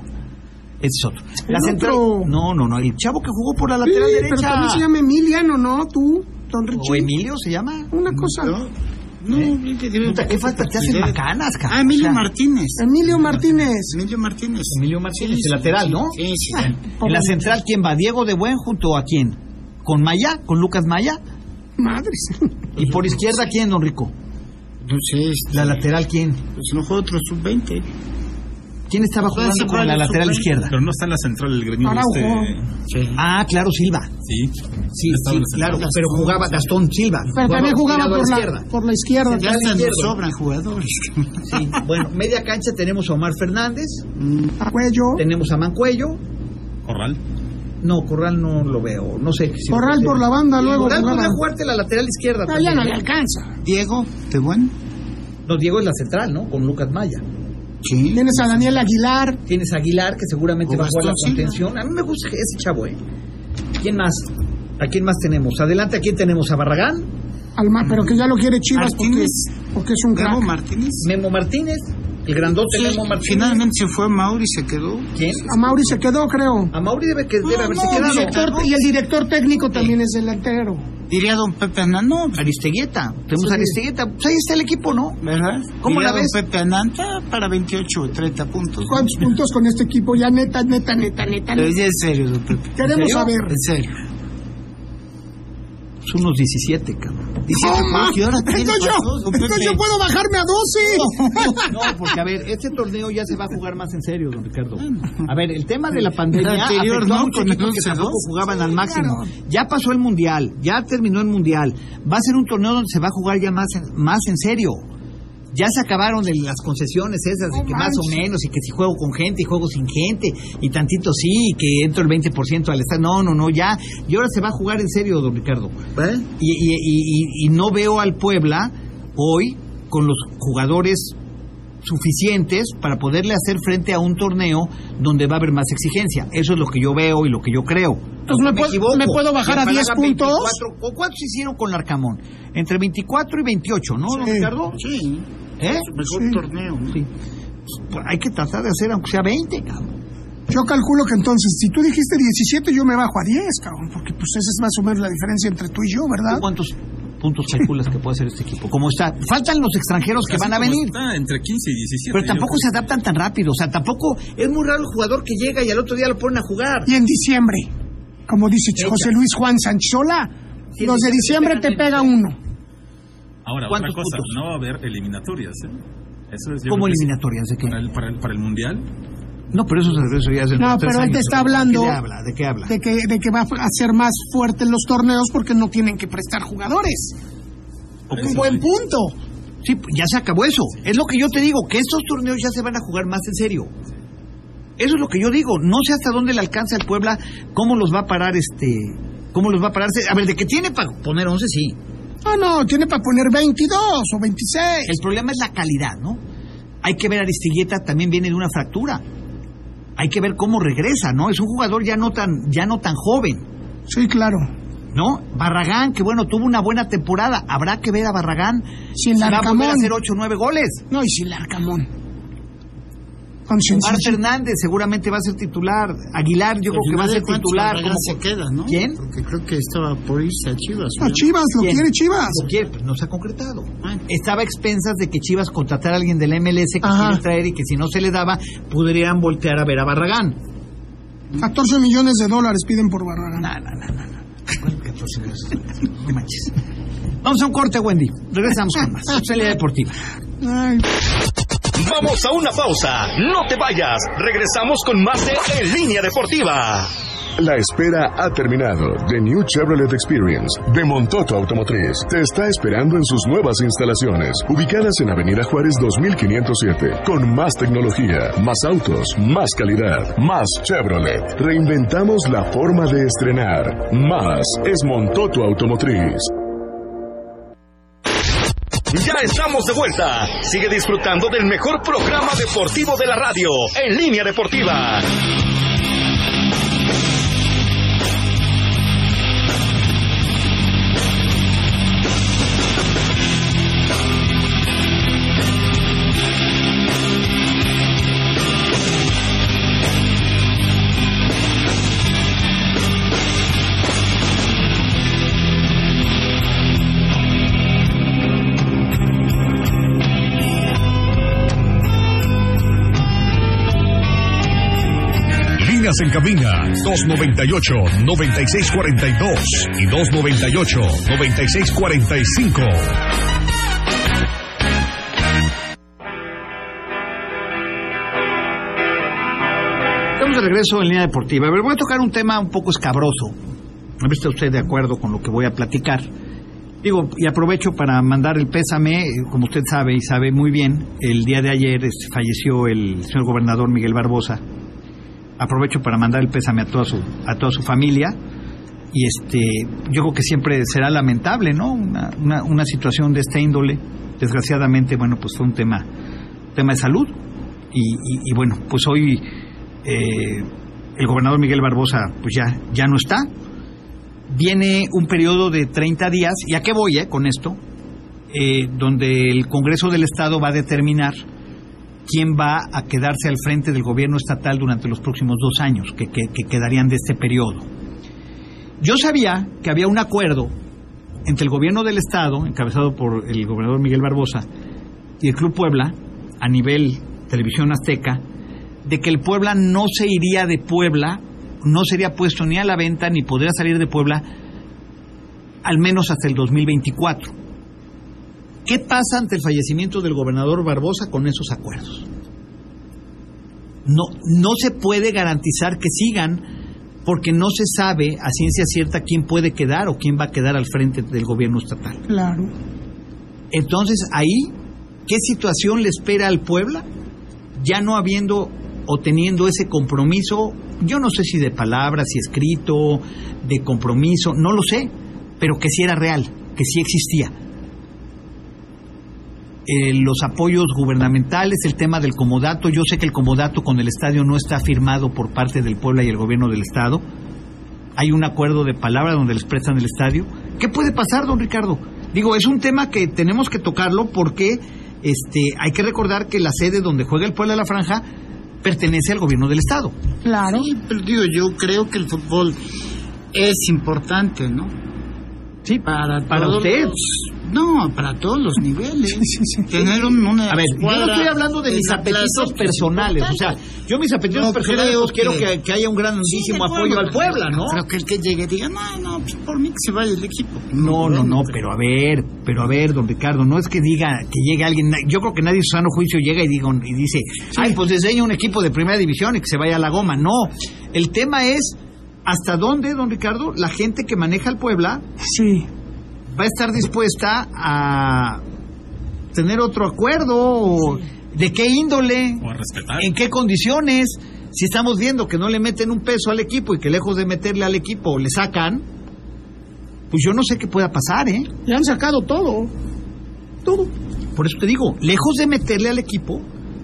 C: Es otro. La
D: El
C: central-
D: otro.
C: No, no, no. El chavo que jugó por la
D: Sí,
C: lateral
D: pero
C: derecha.
D: también se llama Emiliano, ¿no? Tú, Don Richie.
C: ¿O Emilio se llama?
D: Una cosa.
C: Puta, ¿Qué falta te hacen bacanas, cabrón?
E: Ah, Emilio
C: O sea,
E: Martínez.
D: Emilio Martínez.
E: Emilio Martínez.
C: Emilio Martínez, el lateral, ¿no?
E: Sí, sí.
C: En la central, ¿quién va? ¿Diego de Buen junto a quién? ¿Con Maya? ¿Con Lucas Maya?
D: Madres.
C: ¿Y por izquierda quién, don Rico?
E: No sé, este,
C: ¿La lateral quién?
E: pues no juega otro sub-20.
C: ¿Quién estaba
E: Puede
C: jugando
E: ser
C: con la
E: Brian
C: lateral
E: Suárez,
C: izquierda?
F: Pero no está en la central el gremio.
D: Araujo.
F: Este,
C: Ah, claro, Silva. Sí,
F: sí, Estaba
C: sí,
F: en la central.
C: claro. Pero jugaba Gastón Silva.
D: Pero también jugaba
C: tirado a
D: por la,
C: izquierda.
D: por la izquierda.
E: Ya hasta nos sobran jugadores.
C: Sí, bueno, media cancha tenemos a Omar Fernández,
D: A cuello.
C: tenemos a Mancuello.
F: corral.
C: No, Corral no lo veo, no sé. si-
D: Corral por la banda, luego
C: Corral
D: por la
C: podría
D: banda.
C: jugarte la lateral izquierda.
D: No, ya
C: también,
D: no le
C: ¿eh?
D: alcanza.
E: Diego, de buen.
C: No, Diego es la central, ¿no? Con Lucas Maya.
E: Sí.
D: Tienes a Daniel Aguilar.
C: Tienes a Aguilar, que seguramente
E: O
C: va a jugar la
E: Gastón
C: contención. A mí me gusta ese chavo, ¿eh? ¿Quién más? ¿A quién más tenemos? Adelante, ¿a quién tenemos? ¿A Barragán?
D: Alma, pero que ya lo quiere Chivas porque,
E: Martínez.
D: porque es un
E: Gabo
D: crack.
E: Martínez.
C: ¿Memo Martínez? ¿El grandote
E: Sí,
C: Memo Martínez?
E: Finalmente se fue Mauri, se quedó.
C: ¿Quién?
D: A Mauri se quedó, creo.
C: A Mauri debe, que, debe
E: No,
C: haberse
E: no,
C: quedado.
D: Director- y el director técnico también es delantero.
E: Diría don Pepe Anán, no,
C: Aristeguieta. Tenemos a Aristeguieta. Pues ahí está el equipo, ¿no?
E: ¿verdad?
C: ¿Cómo
E: Diría
C: la ves?
E: don Pepe Ananta para 28 o 30 puntos. ¿no?
D: ¿Cuántos puntos con este equipo? Ya neta, neta, neta, neta.
E: Pero
D: neta.
E: ya en serio, don Pepe.
D: Queremos saber.
E: En serio.
C: Son unos 17, cabrón.
E: Dice,
D: ¡Oh, ma!
E: ¿qué hora tiene?
D: Entonces
E: pasó,
D: yo,
E: don Pepe?
D: entonces yo puedo bajarme a 12.
C: No, porque a ver, este torneo ya se va a jugar más en serio, don Ricardo. A ver, el tema de la pandemia
E: El anterior,
C: afectó a
E: ¿no?
C: muchos
E: Con el
C: equipos que
E: 11-2.
C: tampoco jugaban al máximo. Ya pasó el mundial, ya terminó el mundial. Va a ser un torneo donde se va a jugar ya más en, más en serio. Ya se acabaron de las concesiones esas de
D: No
C: que más o
D: manches.
C: menos y que si juego con gente y juego sin gente y tantito sí y que entro el 20% al estar. No, no, no, ya. Y ahora se va a jugar en serio, don Ricardo. Y, y- y- y- y no veo al Puebla hoy con los jugadores suficientes para poderle hacer frente a un torneo donde va a haber más exigencia. Eso es lo que yo veo y lo que yo creo. Aunque
D: Pues me puedo-
C: equivoco.
D: me puedo bajar
C: Que
D: a
C: para
D: 10
C: hagan
D: puntos.
C: 24, ¿O cuántos hicieron con Larcamón? Entre 24 y 28, ¿no, don Ricardo?
E: Sí,
C: ¿Eh?
E: mejor torneo. ¿no?
C: Sí. Pues hay que tratar de hacer aunque sea 20, cabrón.
D: Yo calculo que entonces, si tú dijiste 17, yo me bajo a 10, cabrón. Porque pues esa es más o menos la diferencia entre tú y yo, ¿verdad?
C: ¿Cuántos puntos calculas que puede hacer este equipo? Como está, faltan los extranjeros que
F: Así
C: van a
F: como
C: venir.
F: Está entre 15 y 17.
C: Pero
F: yo
C: tampoco se adaptan tan rápido, o sea, tampoco es muy raro el jugador que llega y al otro día lo ponen a jugar.
D: Y en diciembre, como dice José Luis Juan Sanchola,
C: Sí,
D: los de diciembre te pega uno.
F: creo. Ahora, otra
C: ¿Cuántos
F: cosa,
C: puntos?
F: no va a haber eliminatorias. ¿eh? Eso es, yo
C: ¿Cómo
F: creo que sí.
C: eliminatorias? ¿De qué?
F: Para el, para, el, para el Mundial.
C: No, pero eso, se- eso ya es el
D: No, pero él te está hablando
C: ¿De qué habla? ¿De qué habla?
D: de que, de que va a ser más fuertes los torneos porque no tienen que prestar jugadores. un buen punto.
C: Sí, pues, ya se acabó eso. Es lo que yo te digo, que estos torneos ya se van a jugar más en serio. Eso es lo que yo digo. No sé hasta dónde le alcanza al Puebla, cómo los va a parar este. ¿Cómo los va a parar? A ver, ¿de qué tiene para poner 11? Sí.
D: No, no, tiene para poner 22 o 26.
C: El problema es la calidad, ¿no? Hay que ver a Aristigueta, también viene de una fractura. Hay que ver cómo regresa, ¿no? Es un jugador ya no tan, ya no tan joven,
D: Sí, claro.
C: ¿no? Barragán, que bueno, tuvo una buena temporada. Habrá que ver a Barragán
D: Si el
C: va a volver a
D: Arcamón.
C: hacer 8 o 9 goles.
D: No, y sin el Arcamón. Con
C: Omar
D: sensación.
C: Fernández seguramente va a ser titular. Aguilar, yo creo que va a ser titular.
E: Barragán
C: como-
E: se queda, ¿no?
C: ¿Quién?
E: Porque creo que estaba por irse a Chivas.
D: No,
E: ¿no?
D: Chivas, lo
C: ¿Quién?
D: quiere Chivas.
C: Como quiere, pues, no se ha concretado.
E: Ah.
C: Estaba a expensas de que Chivas contratara a alguien del MLS que
D: Ajá.
C: quiere traer y que si no se le daba, podrían voltear a ver a Barragán.
D: 14 millones de dólares piden por Barragán.
C: No, no, no, no, no. Bueno, 14 millones de dólares. No manches. Vamos a un corte, Wendy. Regresamos con más. Especialidad deportiva.
D: Ay,
B: Vamos a una pausa. No te vayas. Regresamos con más de En Línea Deportiva.
G: La espera ha terminado. The New Chevrolet Experience de Montoto Automotriz te está esperando en sus nuevas instalaciones, ubicadas en Avenida Juárez 2507, con más tecnología, más autos, más calidad, más Chevrolet. Reinventamos la forma de estrenar. Más es Montoto Automotriz.
B: Ya estamos de vuelta. Sigue disfrutando del mejor programa deportivo de la radio, En Línea Deportiva.
I: Líneas en cabina 298-9642 y 298-9645.
C: Estamos de regreso en línea deportiva. A ver, voy a tocar un tema un poco escabroso. A ver si está usted de acuerdo con lo que voy a platicar. Digo, y aprovecho para mandar el pésame, eh, como usted sabe y sabe muy bien, el día de ayer este, falleció el señor gobernador Miguel Barbosa. Aprovecho para mandar el pésame a toda su, a toda su familia. Y este, yo creo que siempre será lamentable, ¿no? Una, una, una situación de esta índole. Desgraciadamente, bueno, pues fue un tema, tema de salud. Y, y- y bueno, pues hoy eh, el gobernador Miguel Barbosa pues ya, ya no está. Viene un periodo de 30 días, ¿y a qué voy eh, con esto? Eh, donde el Congreso del Estado va a determinar quién va a quedarse al frente del gobierno estatal durante los próximos dos años que, que- que quedarían de este periodo. Yo sabía que había un acuerdo entre el gobierno del Estado, encabezado por el gobernador Miguel Barbosa, y el Club Puebla, a nivel televisión azteca, de que el Puebla no se iría de Puebla, no sería puesto ni a la venta, ni podría salir de Puebla, al menos hasta el 2024. ¿Qué pasa ante el fallecimiento del gobernador Barbosa con esos acuerdos? No, no se puede garantizar que sigan porque no se sabe a ciencia cierta quién puede quedar o quién va a quedar al frente del gobierno estatal.
D: claro.
C: Entonces, ahí, ¿qué situación le espera al Puebla? Ya no habiendo o teniendo ese compromiso, yo no sé si de palabras, si escrito, de compromiso, no lo sé, pero que sí era real, que sí existía. Eh, los apoyos gubernamentales, el tema del comodato, yo sé que el comodato con el estadio no está firmado por parte del Puebla y el gobierno del estado, hay un acuerdo de palabra donde les prestan el estadio. ¿Qué puede pasar, don Ricardo? Digo, es un tema que tenemos que tocarlo porque este, hay que recordar que la sede donde juega el Puebla de la Franja pertenece al gobierno del Estado.
D: Claro.
E: Sí, pero digo, yo creo que el fútbol es importante, ¿no?
C: Sí,
E: Para,
C: Para
E: todos
C: usted.
E: los- no, para todos los niveles. Tener un- una.
C: A ver, yo no
E: escuadra
C: estoy hablando de
E: en
C: mis
E: la plaza
C: apetitos
E: es
C: personales. O sea,
E: importante.
C: yo mis apetitos
E: No
C: personales
E: creo
C: pues, quiero
E: que-
C: que, que haya un grandísimo apoyo al Puebla, ¿no?
E: Pero que el que llegue diga, no, no, pues por mí que se vaya el equipo.
C: No, no, no, pero a ver, pero a ver, don Ricardo, no es que diga que llegue alguien, na- yo creo que nadie en su sano juicio llega y, diga, un- y dice, ay, pues diseña un equipo de primera división y que se vaya a la goma. No, el tema es hasta dónde, don Ricardo, la gente que maneja el Puebla
D: Sí.
C: va a estar dispuesta a tener otro acuerdo o de qué índole,
F: O a respetar.
C: en qué condiciones. Si estamos viendo que no le meten un peso al equipo y que lejos de meterle al equipo le sacan, pues yo no sé qué pueda pasar, ¿eh?
D: Le han sacado todo. Todo.
C: Por eso te digo, lejos de meterle al equipo,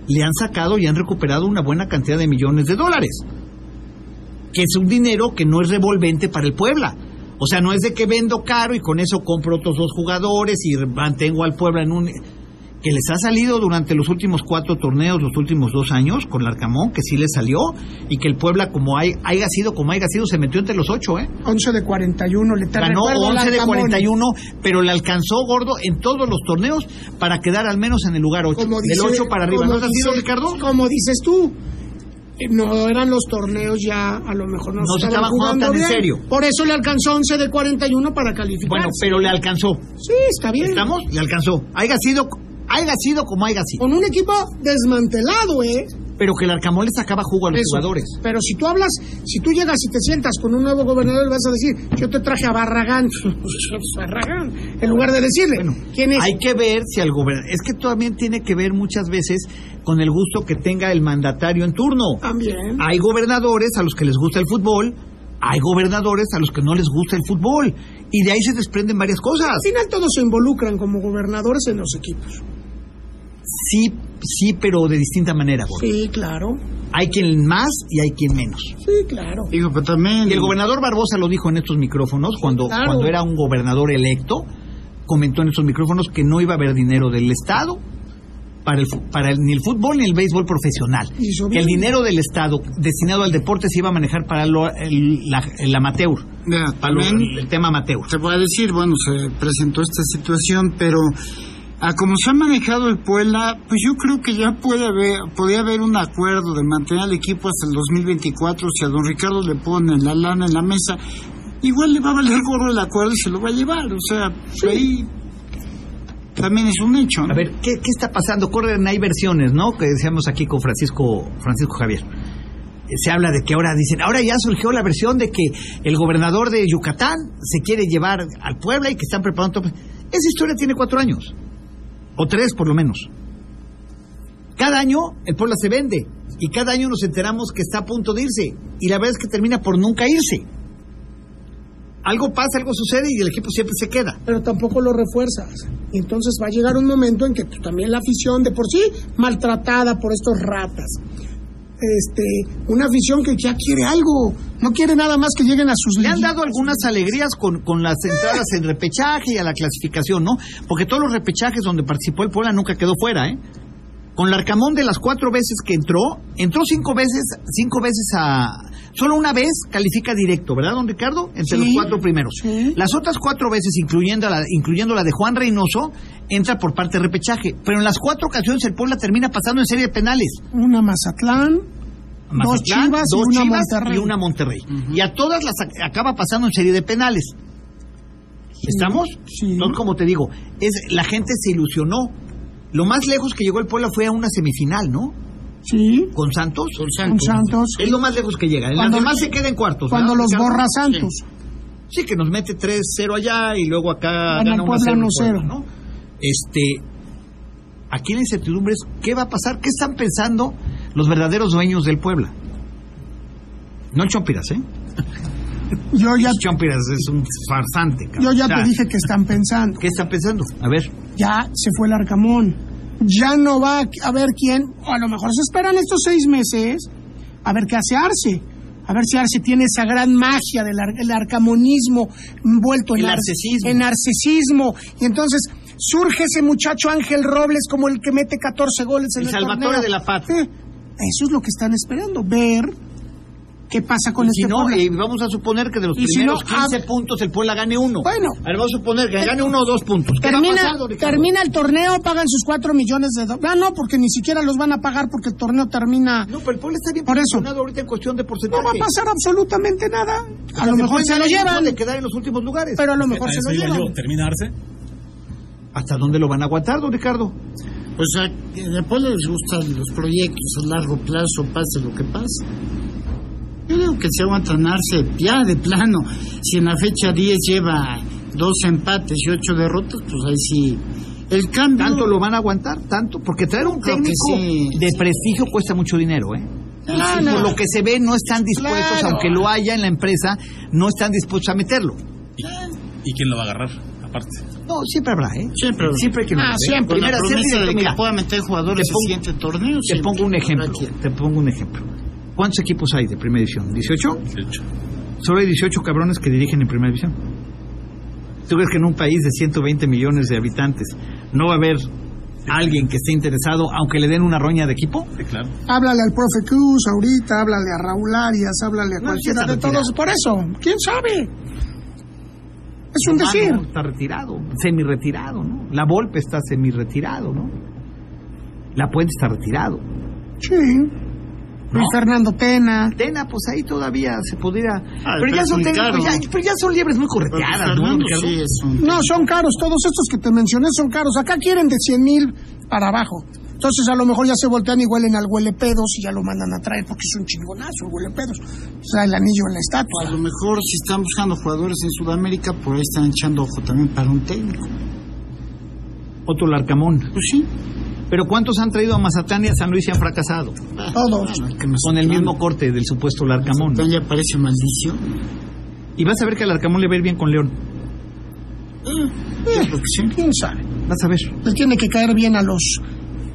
C: le han sacado y han recuperado una buena cantidad de millones de dólares. Que es un dinero que no es revolvente para el Puebla. O sea, no es de que vendo caro y con eso compro otros dos jugadores y mantengo al Puebla en un... Que les ha salido durante los últimos cuatro torneos, los últimos dos años, con el Arcamón, que sí le salió, y que el Puebla, como hay, haya sido, como haya sido, se metió entre los ocho, ¿eh?
D: 11 de 41, le te
C: Ganó
D: recuerdo,
C: 11 de
D: Larcamón,
C: 41, pero le alcanzó Gordo en todos los torneos para quedar al menos en el lugar 8.
D: Como dice,
C: del 8 para arriba.
D: como
C: ¿No es así,
D: dice-
C: don Ricardo?
D: Como dices tú. eh, No eran los torneos ya, a lo mejor no,
C: No se estaban jugando tan en
D: bien.
C: serio.
D: Por eso le alcanzó 11 de 41 para calificar.
C: Bueno, pero le alcanzó.
D: sí, está bien.
C: ¿Estamos? Le alcanzó. Haya sido, haya sido como haya sido.
D: Con un equipo desmantelado, ¿eh?
C: Pero que el Arcamón le sacaba jugo a los
D: Eso.
C: jugadores.
D: Pero si tú hablas, si tú llegas y te sientas con un nuevo gobernador, le vas a decir, yo te traje a Barragán. Pues, Barragán. En lugar de decirle, ¿quién es?
C: Hay que ver si al gobernador. Es que también tiene que ver muchas veces con el gusto que tenga el mandatario en turno.
H: Ah.
D: También.
C: Hay gobernadores a los que les gusta el fútbol. Hay gobernadores a los que no les gusta el fútbol. Y de ahí se desprenden varias cosas.
D: Al final todos se involucran como gobernadores en los equipos.
C: Sí, sí, pero de distinta manera. Gordo.
D: Sí, claro.
C: Hay quien más y hay quien menos.
D: Sí, claro.
E: Digo, pero también.
C: Y el gobernador Barbosa lo dijo en estos micrófonos, cuando,
D: claro.
C: cuando era un gobernador electo, comentó en estos micrófonos que no iba a haber dinero del Estado para, el, fu- para el- ni el fútbol ni el béisbol profesional.
D: Hizo
C: Que el
D: bien.
C: dinero del Estado destinado al deporte se iba a manejar para lo- el, la- el amateur,
E: Mira,
C: para lo-
E: también-
C: el tema amateur.
E: Te voy a decir, bueno, se presentó esta situación, pero a como se ha manejado el Puebla, pues yo creo que ya puede haber, podría haber un acuerdo de mantener al equipo hasta el 2024. Si a don Ricardo le ponen la lana en la mesa, igual le va a valer gorro el acuerdo y se lo va a llevar. O sea, ahí también es un hecho. ¿no?
C: A ver, ¿qué, qué está pasando? Corren, hay versiones, ¿no? Que decíamos aquí con Francisco, Francisco Javier. Eh, Se habla de que ahora dicen, ahora ya surgió la versión de que el gobernador de Yucatán se quiere llevar al Puebla y que están preparando. todo. Esa historia tiene cuatro años, o tres por lo menos. Cada año el Puebla se vende y cada año nos enteramos que está a punto de irse y la verdad es que termina por nunca irse. Algo pasa, algo sucede y el equipo siempre se queda.
D: Pero tampoco lo refuerzas. Y Entonces va a llegar un momento en que pues, también la afición, de por sí maltratada por estos ratas, este, una afición que ya quiere algo, no quiere nada más que lleguen a sus
C: Le han
D: liguillas.
C: dado algunas alegrías con, con las entradas en repechaje y a la clasificación, ¿no? Porque todos los repechajes donde participó el Puebla nunca quedó fuera, ¿eh? Con Larcamón de las cuatro veces que entró, entró cinco veces, cinco veces a... Solo una vez califica directo, ¿verdad, don Ricardo? Entre los cuatro primeros. Las otras cuatro veces, incluyendo la, incluyendo la de Juan Reynoso, entra por parte de repechaje. Pero en las cuatro ocasiones el Puebla termina pasando en serie de penales.
D: Una Mazatlán, Dos
C: Mazatlán,
D: Chivas y
C: dos
D: una
C: Chivas
D: Monterrey.
C: y una Monterrey. Y a todas las ac- acaba pasando en serie de penales. ¿Estamos?
D: sí.
C: Entonces, como te digo, es la gente se ilusionó. Lo más lejos que llegó el Puebla fue a una semifinal, ¿no?
D: sí,
C: Con Santos. Con
D: con Santos,
C: Es lo más lejos que llega. En las
D: Cuando-
C: demás se queda en cuartos.
D: cuando
C: ¿verdad,
D: los
C: Ricardo?
D: borra Santos.
C: Sí, que nos mete 3-0 allá y luego acá
D: Gana el
C: gana
D: Puebla
C: 1-0
D: 1-0.
C: Puebla, ¿no? Este, aquí la incertidumbre es qué va a pasar, qué están pensando los verdaderos dueños del Puebla. No el Chompiras, ¿eh?
D: Yo ya,
C: El Chompiras es un farsante. cabrón.
D: yo ya
C: O sea,
D: te dije que están pensando.
C: ¿Qué están pensando? A ver,
D: ya se fue el Arcamón. Ya no va a a ver quién, o a lo mejor se esperan estos seis meses a ver qué hace Arce. A ver si Arce tiene esa gran magia del ar- el arcamonismo envuelto en
C: El
D: ar-
C: arcecismo.
D: En arcecismo. Y entonces surge ese muchacho Ángel Robles como el que mete 14 goles en
C: el
D: el,
C: Salvatore
D: torneo.
C: de la Paz.
D: Eh, Eso es lo que están esperando, ver qué pasa con
C: Si
D: este
C: no, eh,
D: Puebla.
C: y vamos a suponer que de los
D: Y si
C: primeros
D: no,
C: 15
D: hab-
C: puntos el Puebla gane uno.
D: Bueno. Eh,
C: A ver, vamos a suponer que gane uno o dos puntos. ¿Qué va a
D: Termina,
C: pasar, don Ricardo?
D: termina el torneo, pagan sus 4 millones de dólares. Ah, no, porque ni siquiera los van a pagar porque el torneo termina.
C: No, pero el Puebla está bien
D: Por eso.
C: posicionado ahorita en cuestión de porcentaje.
D: No va a pasar absolutamente nada. A lo
C: Se
D: mejor
C: puede
D: se lo
C: quedar en-
D: llevan,
C: puede quedar en los últimos lugares.
D: pero a lo
C: eh,
D: mejor
F: A
D: se
F: eso
D: lo
F: iba yo,
D: llevan.
F: terminarse.
C: ¿Hasta dónde lo van a aguantar, don Ricardo?
E: O sea, que después les gustan los proyectos a largo plazo, pase lo que pase. Yo digo que se aguantan Arce ya de plano. Si en la fecha 10 lleva dos empates y ocho derrotas, pues ahí sí. El cambio.
C: ¿Tanto lo van a aguantar? ¿Tanto? Porque traer un
E: Creo que
C: técnico
E: sí.
C: de prestigio cuesta mucho dinero, ¿eh?
E: Ah,
C: Y
E: no.
C: Por lo que se ve, no están dispuestos,
E: Claro.
C: aunque lo haya en la empresa, no están dispuestos a meterlo.
F: ¿Y quién lo va a agarrar? Aparte.
C: No, siempre habrá, ¿eh?
E: Siempre,
C: Siempre que lo
E: Ah,
C: metan.
E: siempre.
C: Primera,
E: la promesa
C: siempre,
E: de que
C: mira,
E: pueda meter jugadores
C: te pongo-
E: el siguiente torneo.
C: Te
E: siempre.
C: pongo un ejemplo.
E: Aquí.
C: Te pongo un ejemplo. ¿Cuántos equipos hay de primera división? ¿18?
F: De hecho.
C: Solo hay 18 cabrones que dirigen en primera división. ¿Tú crees que en un país de 120 millones de habitantes no va a haber alguien que esté interesado, aunque le den una roña de equipo?
F: Sí, claro.
D: Háblale al profe Cruz ahorita, háblale a Raúl Arias, háblale a
C: No,
D: cualquiera
C: sí
D: de
C: está
D: todos. Por eso, ¿quién sabe? Es un
C: Romano
D: decir.
C: Está retirado, semi-retirado, ¿no? La Volpe está semi-retirado, ¿no? La Puente está retirado.
D: Sí. Luis Fernando Pena.
C: Tena, pues ahí todavía se pudiera... pero,
E: Ah, pero
C: ya
E: es
C: son
E: muy
C: técnicos,
E: caro.
C: ya- pero ya son liebres muy
E: Porque
C: correteadas, ¿no?
E: Fernando
C: Ricardo?
E: sí es un-
D: No, son caros. Todos estos que te mencioné son caros. Acá quieren de 100 mil para abajo. Entonces a lo mejor ya se voltean y huelen al huele pedos y ya lo mandan a traer porque es un chingonazo el huele pedos. O sea, el anillo en la
E: A
D: estatua.
E: lo mejor si están buscando jugadores en Sudamérica, por ahí están echando ojo también para un técnico.
C: Otro Larcamón.
E: Pues sí.
C: Pero ¿cuántos han traído a Mazatlán y a San Luis y han fracasado?
E: Ah,
D: Todos.
C: Con el mismo corte del supuesto Larcamón.
E: Mazatlán ya parece maldición.
C: Y vas a ver que al Arcamón le va a ir bien con León. Mm.
D: Eh, ¿Quién sabe?
C: Vas a ver.
D: Les tiene que caer bien a los...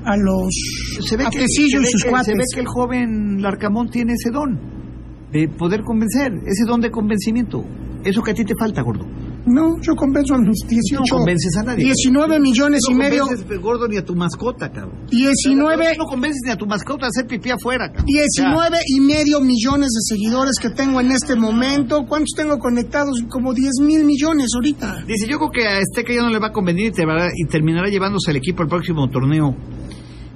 D: A los... a Tecillo y sus cuates.
C: el joven Larcamón tiene ese don de poder convencer, ese don de convencimiento. Eso que a ti te falta, gordo.
D: No, yo convenzo a mis 18.
C: No convences a nadie.
D: 19 millones y medio.
C: No convences, gordo, ni a tu mascota, cabrón.
D: 19,
C: No convences ni a tu mascota a hacer pipí afuera, cabrón.
D: 19 y medio millones de seguidores que tengo en este momento. ¿Cuántos tengo conectados? Como 10 mil millones ahorita.
C: Dice, yo creo que a Azteca ya no le va a convenir y, te va- y terminará llevándose el equipo al próximo torneo.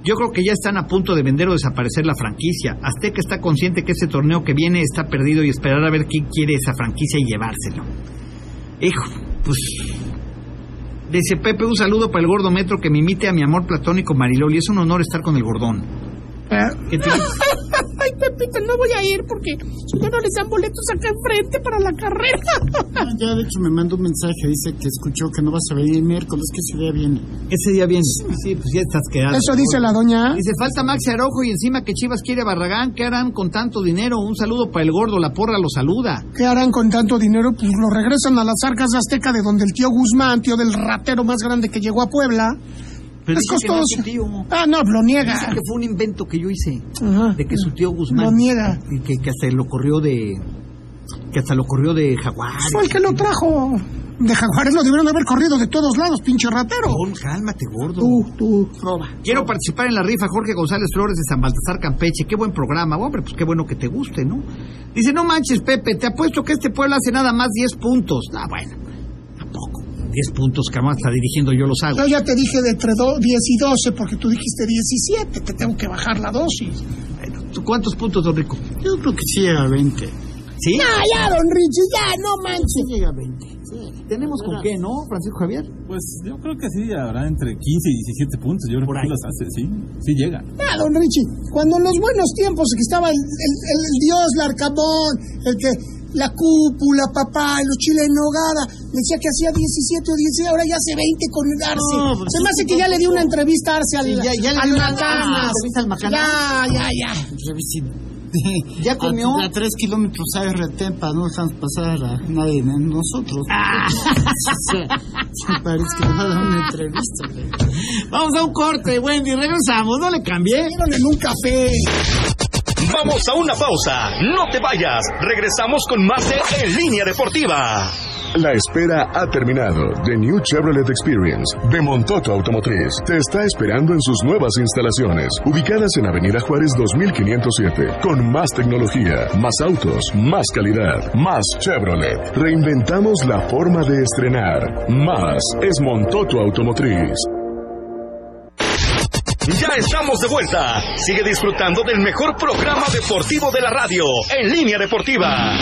C: Yo creo que ya están a punto de vender o desaparecer la franquicia. Azteca está consciente que este torneo que viene está perdido y esperar a ver quién quiere esa franquicia y llevárselo. Hijo, pues... Dice Pepe, un saludo para el gordo metro que me imite a mi amor platónico Mariloli. Es un honor estar con el gordón.
D: Eh.
C: ¿Qué te-
D: Ay, Pepito, no voy a ir porque si no, no les dan boletos acá enfrente para la carrera.
E: Ah, ya de hecho me mandó un mensaje, dice que escuchó que no vas a venir el miércoles, que ese día viene.
C: Ese día viene. Sí, pues ya estás quedado.
D: Eso dice la doña.
C: Dice, falta Maxi Arojo y encima que Chivas quiere a Barragán. ¿Qué harán con tanto dinero? Un saludo para el gordo, la porra lo saluda.
D: ¿Qué harán con tanto dinero? Pues lo regresan a las arcas de Azteca, de donde el tío Guzmán, tío del ratero más grande que llegó a Puebla,
C: Pero
D: es
C: dice que no es
D: costoso.
C: su tío.
D: Ah, no, lo niega.
C: Dice que fue un invento que yo hice
D: Ajá.
C: de que su tío Guzmán.
D: Lo niega.
C: Y que, que hasta lo corrió de. Que hasta lo corrió de Jaguar.
D: Fue el que lo trajo. De Jaguares lo debieron haber corrido de todos lados, pinche ratero.
C: Gol, cálmate, gordo.
D: Tú, tú, roba.
C: Quiero participar en la rifa Jorge González Flores de San Baltasar Campeche. Qué buen programa, hombre, pues qué bueno que te guste, ¿no? Dice, no manches, Pepe, te apuesto que este pueblo hace nada más 10 puntos. Ah, bueno, tampoco. 10 puntos, cabrón, está dirigiendo yo los hago.
D: Yo ya te dije de entre do- 10 y 12 porque tú dijiste 17, te tengo que bajar la dosis.
C: Bueno, ¿tú ¿Cuántos puntos, don Rico?
E: Yo creo que sí llega a 20.
C: ¿Sí?
D: Ah, ya, don Richie, ya, no manches.
E: Llega a 20. Sí.
C: Tenemos con qué, ¿no, Francisco Javier?
F: Pues yo creo que sí, habrá entre 15 y 17 puntos. Yo creo
C: Por ahí.
F: que sí los hace, sí. Sí llega.
D: Ah, don Richie, cuando en los buenos tiempos que estaba el, el- el- el dios Larcamón, el que la cúpula, papá, y los chiles en nogada, decía que hacía 17 o 16, ahora ya hace 20 con Arce.
E: No, pues,
D: Se me hace que ya le dio una entrevista a Arce al,
E: Sí, ya- ya le
D: al
E: dio una-
D: Macanas.
E: una entrevista al Macanas.
D: Ya, ya, ya.
C: ¿Ya comió?
E: A, 3 kilómetros ART para no dejarnos pasar a nadie, a nosotros. O sea, sí parece que va a
D: Ah.
E: dar una entrevista. güey.
C: Vamos a un corte, Wendy, regresamos, no le cambié.
D: Dieron en un café.
B: Vamos a una pausa. No te vayas. Regresamos con más de En Línea Deportiva.
G: La espera ha terminado. The New Chevrolet Experience de Montoto Automotriz te está esperando en sus nuevas instalaciones, ubicadas en Avenida Juárez 2507, con más tecnología, más autos, más calidad, más Chevrolet. Reinventamos la forma de estrenar. Más es Montoto Automotriz.
B: Ya estamos de vuelta. Sigue disfrutando del mejor programa deportivo de la radio. En Línea Deportiva.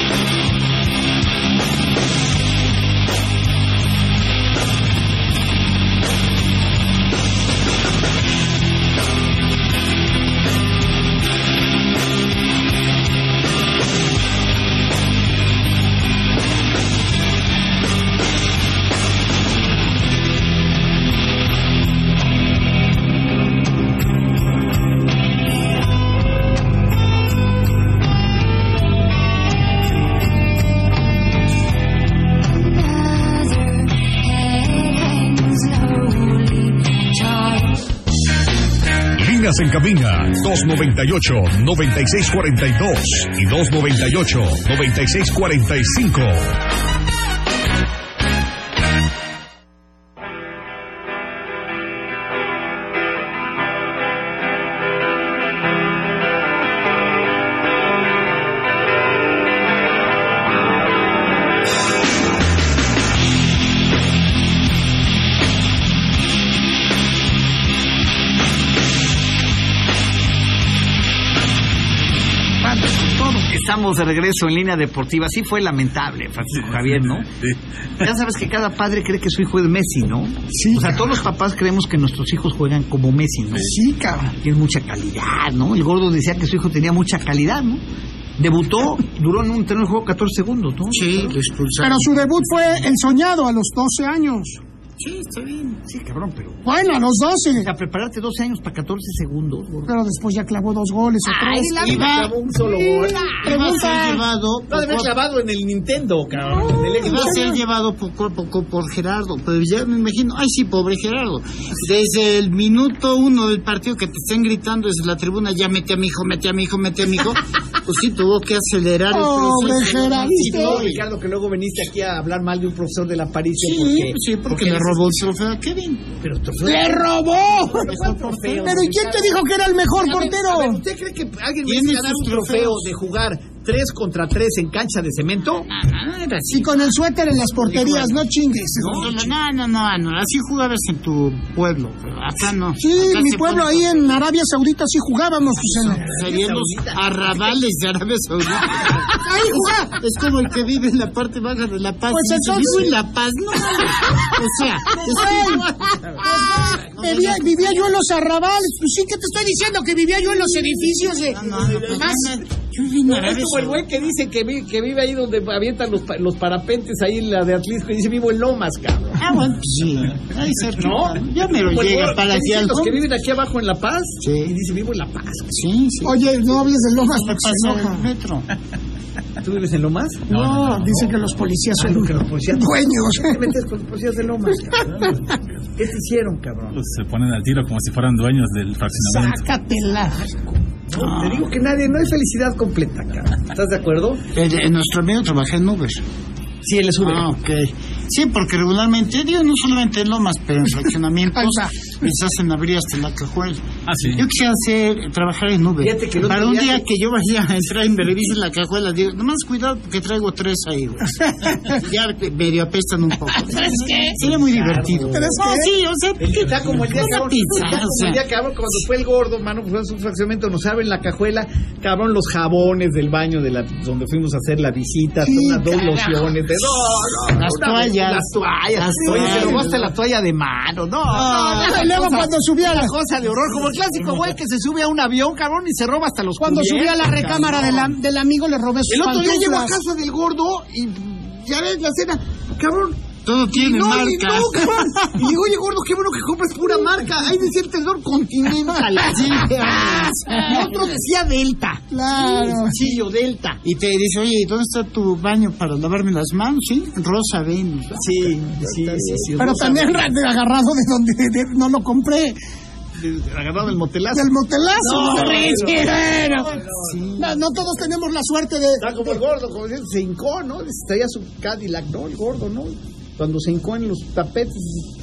I: Líneas en cabina 298-9642 y 298-9645.
C: Estamos de regreso en línea deportiva. Sí fue lamentable, Francisco Javier, ¿no?
F: Sí.
C: Ya sabes que cada padre cree que su hijo es Messi, ¿no?
D: Sí.
C: O sea, todos los papás creemos que nuestros hijos juegan como Messi, ¿no?
D: Sí, cabrón.
C: Tienen mucha calidad, ¿no? El gordo decía que su hijo tenía mucha calidad, ¿no? Debutó, duró en un terreno de juego 14 segundos, ¿no?
E: Sí, lo expulsaron.
D: Pero su debut fue el soñado a los 12 años.
E: Sí, está bien.
C: Sí, cabrón, pero...
D: Bueno, a los 12.
C: A prepararte 12 años para 14 segundos, gordo.
D: Pero después ya clavó dos goles
C: Ah,
D: o tres.
E: Y va-
C: un solo gol.
E: y va a ser
C: Pregunta...
E: llevado por cuatro-
C: clavado en el Nintendo, cabrón. en el
E: y va a ser llevado poco a poco por Gerardo, pero ya me imagino, ay sí, pobre Gerardo, desde el minuto uno del partido que te estén gritando desde la tribuna, ya mete a mi hijo, mete a mi hijo, mete a mi hijo, pues sí, tuvo que acelerar el
D: Pobre
E: proceso.
D: Gerardo.
E: Sí, no, y-
C: Ricardo, que luego viniste aquí a hablar mal de un profesor de la París.
E: Sí, sí, porque le robó el trofeo a Kevin.
C: Pero trofeo.
D: ¡Le robó! Pero ¿y quién te dijo que era el mejor
C: A ver,
D: portero?
C: ¿Usted cree que alguien
E: Tiene
C: merece ganar
E: sus
C: un trofeo
E: trofeos.
C: de jugar 3 contra 3 en cancha de cemento?
E: Ah, era así.
D: Y con el suéter en las porterías, no chingues.
E: No, no, no, no, no, así jugabas en tu pueblo, pero acá no.
D: Sí,
E: Acá
D: mi
E: se
D: pueblo
E: pone-
D: ahí en Arabia Saudita sí jugábamos, Susana.
E: Serían los arrabales de Arabia Saudita.
D: Ahí jugaba.
E: Es como el que vive en la parte baja de La Paz.
D: Pues
E: y dice,
D: entonces-
E: vivo en La Paz, no. O sea, es como-
C: Ah,
D: Vivía, vivía yo en los arrabales. Pues sí que te estoy diciendo que vivía yo en los edificios de.
E: No, no, no, pues,
D: más.
E: yo viví en Arabia
C: como el güey que dice que, vi- que vive ahí donde avientan los, pa- los parapentes, ahí en la de Atlisco, y dice vivo en Lomas, cabrón.
E: Saudita. Ah, bueno, pues, sí. Ahí cerca.
C: ¿No?
E: Ya me lo
C: Como el
E: llega
C: güey
E: para
C: que
E: aquí
C: dicen
E: al
C: los que viven aquí abajo en La Paz,
E: Sí.
C: y dice vivo en La Paz.
E: Sí, sí.
D: Oye, no hables de Lomas
E: me
D: porque se
E: pasó el
D: enoja.
E: metro.
C: ¿Tú vives en Lomas?
D: No, dicen que los policías son
C: que los policías- ¿Qué
D: dueños.
C: metes con los policías de Lomas, cabrón? ¿Qué te hicieron, cabrón?
F: Pues se ponen al tiro como si fueran dueños del fraccionamiento.
D: Sácatela.
C: Te digo que nadie, no hay felicidad completa, cabrón. ¿Estás de acuerdo?
E: El- Eh, en nuestro medio trabajé en Uber.
C: Sí, él es
E: Ah, ok. Sí, porque regularmente, digo, no solamente en Lomas, pero en fraccionamientos, les hacen abrir hasta la cajuela.
F: Ah, sí.
E: Yo quisiera hacer, trabajar en Uber.
C: Fíjate que el otro
E: Para un
C: día
E: día
C: que-
E: que yo vaya a entrar y me revisen la cajuela, digo, nomás cuidado porque traigo tres ahí, güey. ya medio apestan un poco. ¿Tres qué? Sería muy divertido.
D: ¿Tres
E: No,
D: qué?
E: sí, o sea,
C: Es que está como el día
E: Una
C: cabrón.
E: pizza,
C: está como
E: o sea.
C: el día cabrón cuando fue el gordo, mano, pues fue un fraccionamiento, nos abren la cajuela, cabrón, los jabones del baño de la, donde fuimos a hacer la visita,
D: Sí,
C: unas dos
D: carajo.
C: lociones, de, no, no,
E: Las
C: una vez-
E: toallas.
C: las toallas,
E: Las
C: Oye,
E: toallas.
C: se robaste la toalla de mano, no, no, no,
D: Y Ah, luego
C: cosa-
D: cuando subía la,
C: cosa de horror, como el clásico güey que se sube a un avión, cabrón, y se roba hasta los
D: cuando
C: cubiertos,
D: subía a la recámara del, am- del amigo le robé sus
C: El otro día llego a
D: pantuflas.
C: casa del gordo y ya ves la cena, cabrón.
E: todo tiene
C: No, y
E: marca.
C: no, cabrón. Y digo, oye, gordo, qué bueno que compras pura marca. Hay de cierto tenedor continental.
E: Sí.
C: Y otro decía Delta.
D: Claro.
C: Chillo, Delta.
E: Y te dice, oye, ¿y ¿dónde está tu baño para lavarme las manos? Sí, Rosa Venus.
C: Sí, sí, sí, sí.
D: Pero también ra- de agarrado de donde de- no lo compré.
C: agarrado el motelazo.
D: Del motelazo.
C: No,
D: Rechero.
E: Sí.
D: No, no todos tenemos la suerte de.
C: Está como el gordo, como dicen, se hincó, ¿no? Traía su Cadillac, ¿no? El gordo, ¿no? Cuando se hincó en los tapetes,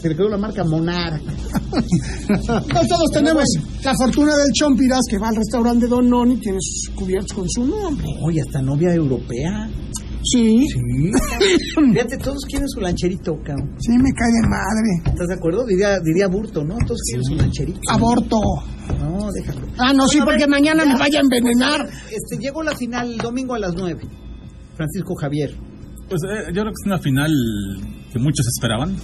C: se le quedó la marca Monarca.
D: No Pues todos tenemos la fortuna del Chompiras que va al restaurante Don Noni y tiene sus cubiertos con su nombre.
C: Oye, hasta novia europea.
D: Sí.
C: Fíjate, todos quieren su lancherito, cabrón.
D: Sí, me cae de madre.
C: ¿Estás de acuerdo? Diría, diría Burto, ¿no? Todos quieren su lancherito.
D: Aborto.
C: No, déjalo.
D: Ah, no, sí, porque mañana me vaya a envenenar.
C: Este, llegó la final el domingo a las 9. Francisco Javier.
F: Pues eh, yo creo que es una final que muchos esperaban,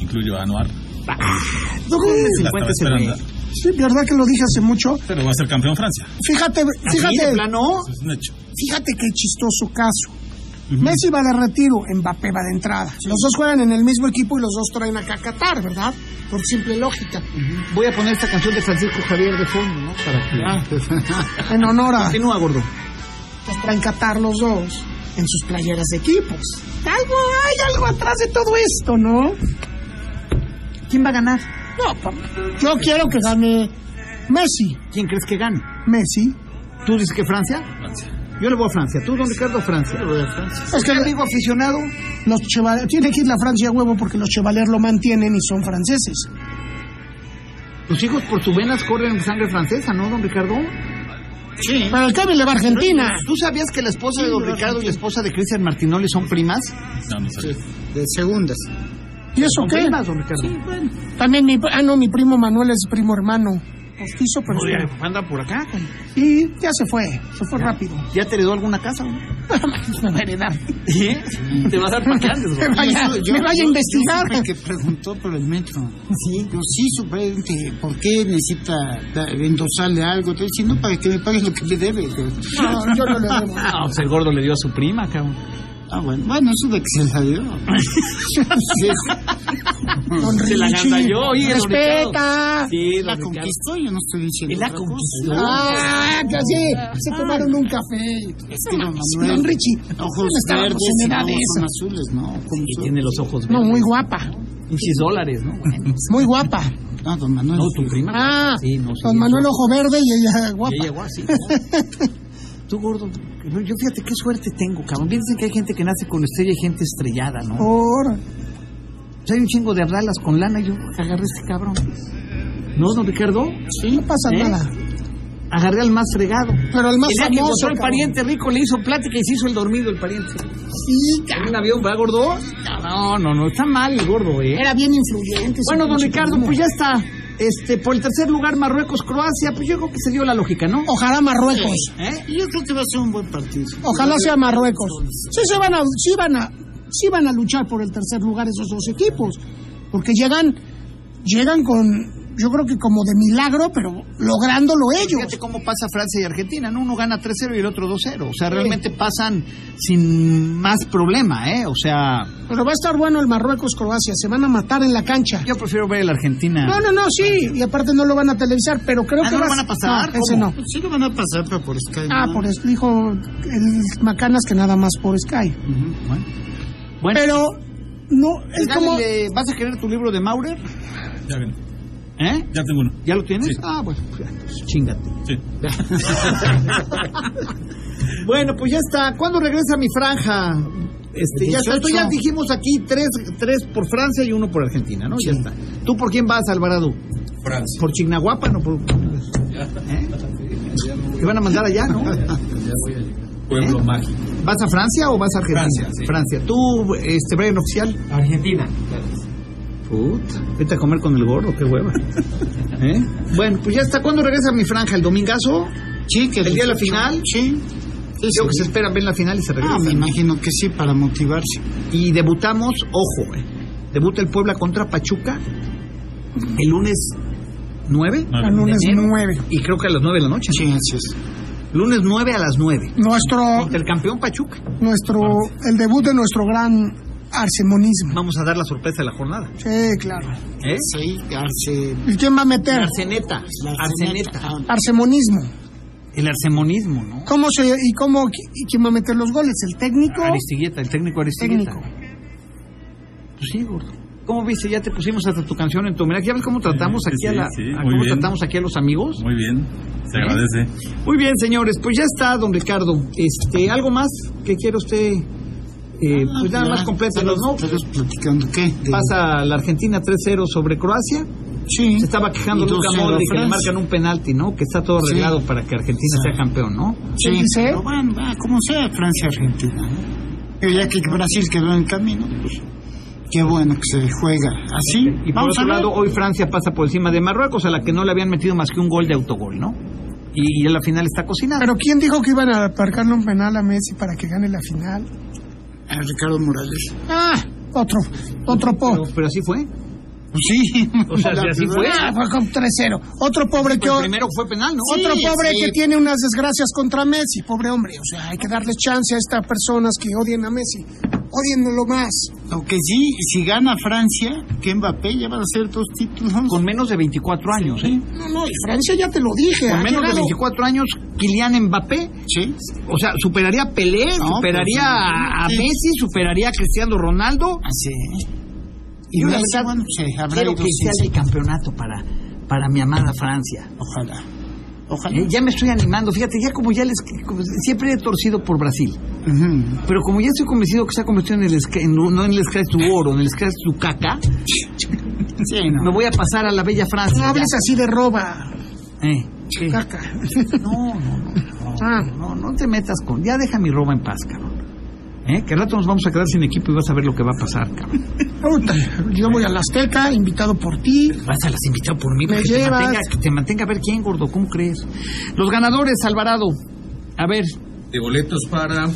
F: incluyo a Anuar.
D: ¿Tú cómo ves?
F: La estaba esperando,
D: Sí, verdad que lo dije hace mucho.
F: pero va a ser campeón Francia.
D: Fíjate, fíjate,
F: Eso es un hecho.
D: fíjate qué chistoso caso. Messi va de retiro, Mbappé va de entrada. Los dos juegan en el mismo equipo y los dos traen acá a Qatar, ¿verdad? Por simple lógica.
C: Voy a poner esta canción de Francisco Javier de fondo, ¿no? Para que...
D: En honor a
C: Continúa, gordo.
D: los traen Qatar los dos en sus playeras de equipos. Algo, hay algo atrás de todo esto, ¿no? ¿Quién va a ganar? No, pa- yo quiero que gane Messi,
C: ¿Quién crees que gane?
D: Messi.
C: ¿Tú dices que Francia? Yo le voy a Francia. ¿Tú, don Ricardo, Francia?
D: Es que amigo aficionado, los chevalier, tiene que ir la Francia a huevo porque los chevalier lo mantienen y son franceses.
C: ¿Tus hijos por tus venas corren sangre francesa, no, don Ricardo? Sí.
D: Pero el cambio le va a Argentina.
C: ¿Tú sabías que la esposa de don Ricardo y la esposa de Cristian Martinoli son primas?
F: No, no sabía.
C: De segundas.
D: ¿Y eso
C: ¿Son
D: qué?
C: primas, don Ricardo?
D: También mi, ah no, mi primo Manuel es primo hermano. Postizo, pero sí.
C: ¿Anda por acá?
D: Y ya se fue, se fue rápido.
C: ¿Ya te heredó alguna casa?
D: Me va a heredar.
C: ¿Eh? Te vas a dar para
D: Me vaya- me vaya a investigar.
C: que preguntó por el metro. Sí. Yo sí supe que por qué necesita da- endosarle algo. Te diciendo para que me pagues lo que me debe.
D: No, yo no le debo.
C: pues el gordo le dio a su prima, cabrón. Ah, bueno, bueno, eso de que se la dio. Sí.
D: Don
K: Se la
D: Richie,
K: gandalló, oye, don
D: Respeta.
K: Sí,
C: La conquistó, yo no estoy diciendo.
K: Él la
C: otra cosa.
K: conquistó.
D: Ah, que así se tomaron un café.
C: Este don Manuel,
D: Don Richie,
C: Ojos
D: estábamos
C: verdes,
D: en
C: no,
D: edad de
C: son
D: eso.
C: azules, ¿no? Como
K: Y
C: son.
K: tiene los ojos
D: No,
K: verdes.
D: muy guapa,
K: Pinches dólares, ¿no? Bueno,
D: muy guapa.
C: Ah, don Manuel.
K: No, tu prima.
D: Ah,
K: Sí, no, sí,
D: don
K: no.
D: Manuel Ojo Verde y ella guapa.
K: Y ella guapa, sí. ¿no? Tú, gordo, no, yo fíjate qué suerte tengo, cabrón. Bien Dicen que hay gente que nace con estrella y gente estrellada, ¿no?
D: Ahora,
K: O sea, hay un chingo de hablalas con lana y yo agarré a este cabrón. ¿No, don Ricardo?
D: no pasa
K: ¿Eh?
D: nada.
K: Agarré al más fregado.
D: Pero el más
K: Y ya que
D: famoso.
K: encontró el
D: cabrón.
K: pariente rico le hizo plática y se hizo el dormido el pariente.
D: Sí,
K: ¿En
D: cabrón.
K: un avión, va, gordo? No, no, no, está mal el gordo, ¿eh?
D: Era bien influyente.
K: Bueno, don
D: ese
K: Ricardo,
D: primo.
K: pues ya está. Este, por el tercer lugar, Marruecos, Croacia, pues yo creo que se dio la lógica, ¿no?
D: Ojalá Marruecos.
C: ¿Eh? Yo creo que va a ser un buen partido.
D: Ojalá sea Marruecos. Sí se van a, sí van a, sí van a luchar por el tercer lugar esos dos equipos, porque llegan, llegan con, yo creo que como de milagro, pero lográndolo ellos.
C: Fíjate cómo pasa Francia y Argentina, ¿no? Uno gana 3-0 y el otro 2-0. O sea, realmente pasan sin más problema, ¿eh? O sea,
D: Pero va a estar bueno el Marruecos Croacia, se van a matar en la cancha.
C: yo prefiero ver a la Argentina.
D: No, no, no, sí, y aparte no lo van a televisar, pero creo
C: Ah,
D: que
C: ¿no lo
D: vas-
C: van a pasar?
D: No, ese
C: ¿Cómo? Pues
D: no.
C: Sí lo van a pasar, pero por Sky.
D: Ah, por eso dijo el Macanas que nada más por Sky.
C: Ujú, bueno.
D: Pero no es
C: Dale,
D: como
C: ¿le- ¿Vas a querer tu libro de Maurer?
F: Ya, ven.
C: ¿Eh?
F: ya tengo uno.
C: ¿Ya lo tienes?
F: Sí.
C: Ah, bueno, pues, ya, pues, chingate.
F: Sí.
C: Bueno, pues ya está. ¿Cuándo regresa mi franja? Este, ya está. Tú ya
D: 18.
C: dijimos aquí tres, tres por Francia y uno por Argentina, ¿no? Ya está. ¿Tú por quién vas, Alvarado?
F: Francia.
C: ¿Por Chignahuapan o por.? ¿Eh? ¿Te van a mandar allá, no? ¿Eh?
F: Pueblo mágico.
C: ¿Vas a Francia o vas a Argentina?
F: Francia, sí.
C: ¿Tú, este, Brian Oficial?
K: Argentina.
C: Puta, vete a comer con el gordo, qué hueva. ¿Eh? Bueno, pues ya está. ¿Cuándo regresa mi franja? ¿El domingazo? Sí, que ¿El día de la final? Sí. Creo que se espera ver la final y se regresa.
E: Ah, me imagino que sí, para motivarse.
C: Y debutamos, ojo, eh, debuta el Puebla contra Pachuca el lunes 9.
D: el lunes 9.
C: Y creo que a las 9 de la noche. Sí, así es. Lunes 9 a las 9.
D: Nuestro,
C: Contra el campeón Pachuca.
D: nuestro, el debut de nuestro gran arsemonismo.
C: Vamos a dar la sorpresa de la jornada.
D: Sí, claro.
C: ¿Eh? Sí, Arce...
D: ¿Y quién va a meter?
C: Arceneta. Arceneta.
D: Arsemonismo.
C: El arcemonismo, ¿no?
D: ¿Cómo se, y cómo, y quién va a meter los goles? ¿El técnico?
C: Aristigueta, el técnico Aristigueta.
D: Técnico.
C: Pues sí, gordo. ¿Cómo viste? Ya te pusimos hasta tu canción en tu homenaje. ¿Ya ves cómo tratamos
F: Sí,
C: aquí a
F: sí,
C: la,
F: sí,
C: a
F: muy
C: cómo
F: bien.
C: tratamos aquí a los amigos?
F: Muy bien. Se agradece.
C: Muy bien, señores, pues ya está, don Ricardo. Este, ¿Algo más que quiera usted? Eh,
E: Ah,
C: pues nada más complétanos, ¿no? Pues
E: platicando qué?
C: Pasa la Argentina 3-0 sobre Croacia.
E: Sí.
C: Se estaba quejando
E: Y
C: Luca
E: 2-0
C: Modri que le
E: Francia.
C: marcan un penalti, ¿no? Que está todo arreglado para que Argentina sea campeón, ¿no?
E: Sí,
D: dice?
E: pero bueno, va, como sea, Francia-Argentina. ¿no? Pero ya que Brasil quedó en el camino, pues, qué bueno que se juega así.
C: Y por
E: Vamos a
C: otro
E: ver.
C: lado, hoy Francia pasa por encima de Marruecos, a la que no le habían metido más que un gol de autogol, ¿no? Y, ya la final está cocinada.
D: Pero ¿quién dijo que iban a aparcarle un penal a Messi para que gane la final?
E: A Ricardo Morales.
D: Ah, otro, otro
C: Pero,
D: po.
C: pero así fue.
E: Pues sí.
C: O sea, si así fue.
D: Ah, fue con 3-0. Otro pobre que
C: Pues
D: hoy-
C: primero fue penal, ¿no?
D: otro
C: Sí,
D: pobre
C: sí.
D: que tiene unas desgracias contra Messi, pobre hombre. O sea, hay que darle chance a estas personas que odian a Messi. Odienlo más.
E: Aunque sí, si gana Francia, que Mbappé ya van a ser dos títulos.
C: Con menos de 24 años, ¿eh?
D: No, no, y Francia ya te lo dije.
C: Con
D: ha
C: menos de
D: llegado-
C: 24 años, Kylian Mbappé,
E: Sí. pues
C: o sea, superaría a Pelé, superaría a- a Messi, superaría a Cristiano Ronaldo.
E: Así es.
C: Y
E: Y
C: la
E: Messi,
C: verdad,
E: bueno, se habrá
C: Quiero
E: ido
C: que
E: sin
C: sea el campeonato para para mi amada Francia.
E: Ojalá.
C: Eh, ya me estoy animando, fíjate, ya como ya les... como siempre he torcido por Brasil, pero como ya estoy convencido que se ha convertido en el... esca- en- no en el Scratch tu oro, en el Scratch tu caca,
E: Sí, no.
C: me voy a pasar a la bella Francia.
D: No hables así de roba,
C: ya. Eh,
D: caca.
C: No, no, no,
D: Ah.
C: no, no te metas con... Ya deja mi roba en paz, cabrón. ¿Eh? Que al rato nos vamos a quedar sin equipo y vas a ver lo que va a pasar, cabrón.
D: Puta, Yo voy a la Azteca, invitado por ti.
C: Vas a las invitar por mí,
D: Me
C: para que te
D: llevas.
C: mantenga, que te mantenga a ver quién, gordo, ¿cómo crees? Los ganadores, Alvarado. A ver,
F: de boletos para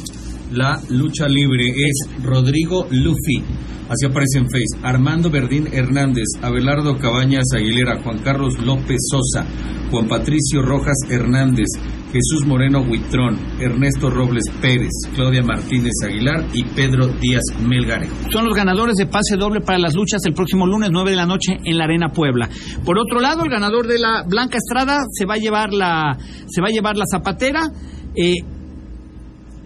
F: la lucha libre es Rodrigo Luffy. Así aparece en Face. Armando Verdín Hernández, Abelardo Cabañas Aguilera, Juan Carlos López Sosa, Juan Patricio Rojas Hernández, Jesús Moreno Huitrón, Ernesto Robles Pérez, Claudia Martínez Aguilar y Pedro Díaz Melgarejo.
C: son los ganadores de pase doble para las luchas el próximo lunes 9 de la noche en la Arena Puebla. Por otro lado, el ganador de la Blanca Estrada se va a llevar la se va a llevar la zapatera eh,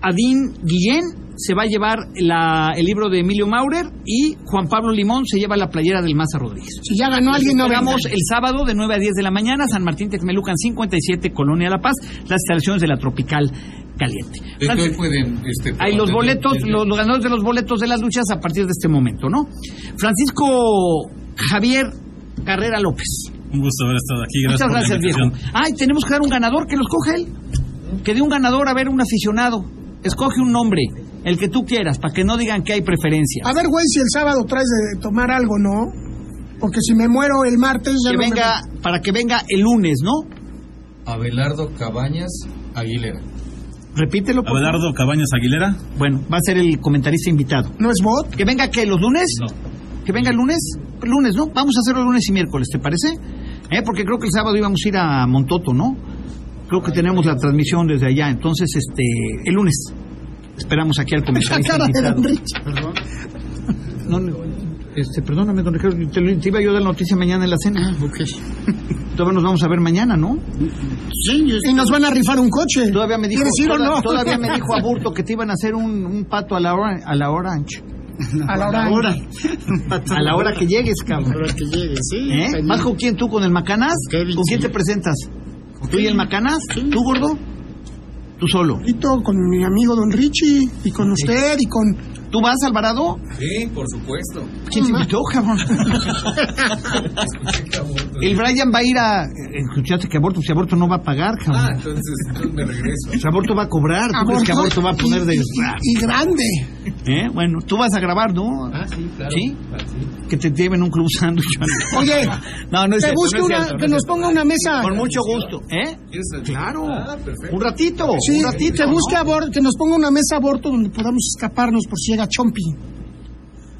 C: Adín Guillén se va a llevar la- el libro de Emilio Maurer y Juan Pablo Limón se lleva la playera del Maza Rodríguez.
D: Si ya ganó alguien, no
C: Esperamos
D: veamos.
C: el sábado de 9 a 10 de la mañana, San Martín Texmelucan 57, Colonia La Paz, las instalaciones de la Tropical Caliente.
F: De
C: Francis,
F: qué pueden, este,
C: Hay los
F: tener-
C: boletos,
F: tener-
C: los, los ganadores de los boletos de las luchas a partir de este momento, ¿no? Francisco Javier Carrera López.
L: Un gusto haber estado aquí. Gracias
C: Muchas
L: por la
C: gracias, viejo.
L: invitación.
C: Ay, tenemos que dar un ganador, que los coge él. Que dé un ganador a ver un aficionado. Escoge un nombre, el que tú quieras, para que no digan que hay preferencia.
D: A ver, güey, si el sábado traes de tomar algo, ¿no? Porque si me muero el martes, ya
C: Que
D: no me-
C: venga, para que venga el lunes, ¿no?
F: Abelardo Cabañas Aguilera.
C: Repítelo. por favor.
L: Abelardo Cabañas Aguilera.
C: Bueno, va a ser el comentarista invitado.
D: ¿No es bot?
C: ¿Que venga qué? ¿Los lunes?
L: No.
C: ¿Que venga el lunes? Lunes, ¿no? Vamos a hacerlo lunes y miércoles, ¿te parece? ¿Eh? Porque creo que el sábado íbamos a ir a Montoto, ¿no? Creo que tenemos la transmisión desde allá. Entonces, este, el lunes. Esperamos aquí al comentarista
D: Cara de
C: invitado.
D: Don Richie.
C: No, no, este, perdóname, don Ricardo, te, lo- te iba yo a dar la noticia mañana en la cena. Todavía nos vamos a ver mañana, ¿no?
D: Y nos van a rifar un coche.
C: Todavía me dijo,
D: ¿Quieres ir o
C: toda-
D: no?
C: todavía me dijo Aburto que te iban a hacer un, un pato a la, hora a la orange.
D: A la hora.
C: A la hora que llegues, cabrón.
E: Ahora que llegue, sí.
C: ¿Eh? ¿Más con quién tú? ¿Con el Macanás?
E: Kevin,
C: ¿Con quién
E: sí.
C: te presentas? ¿Tú y el Macanás? ¿Tú, gordo? ¿Tú solo?
D: Y todo con mi amigo Don Richie, y con usted, y con...
C: ¿Tú vas, Alvarado?
F: Sí, por supuesto.
C: ¿Quién te invitó, cabrón? el Brian va a ir a... Escuchaste que aborto, si aborto no va a pagar,
F: Ah,
C: cabrón.
F: entonces, entonces me regreso.
C: Si aborto va a cobrar, ¿tú crees que aborto va a poner de...
D: Y, y- y grande.
C: ¿Eh? Bueno, tú vas a grabar, ¿no?
F: Ah, sí, claro.
C: ¿Sí?
F: Ah, sí.
C: Que te lleven un club sándwich.
D: Oye,
C: no, no es
D: Te
C: cierto,
D: busque
C: no es
D: una,
C: cierto,
D: que
C: no es
D: nos Pues ponga una mesa.
C: cierto. Con mucho gusto, ¿eh?
F: ¿Quieres el-
C: Claro.
F: Ah, perfecto.
C: Un ratito,
D: Sí,
C: un ratito.
D: que
C: ¿no?
D: busque abor- que nos ponga una mesa aborto donde podamos escaparnos por si llega Chompi.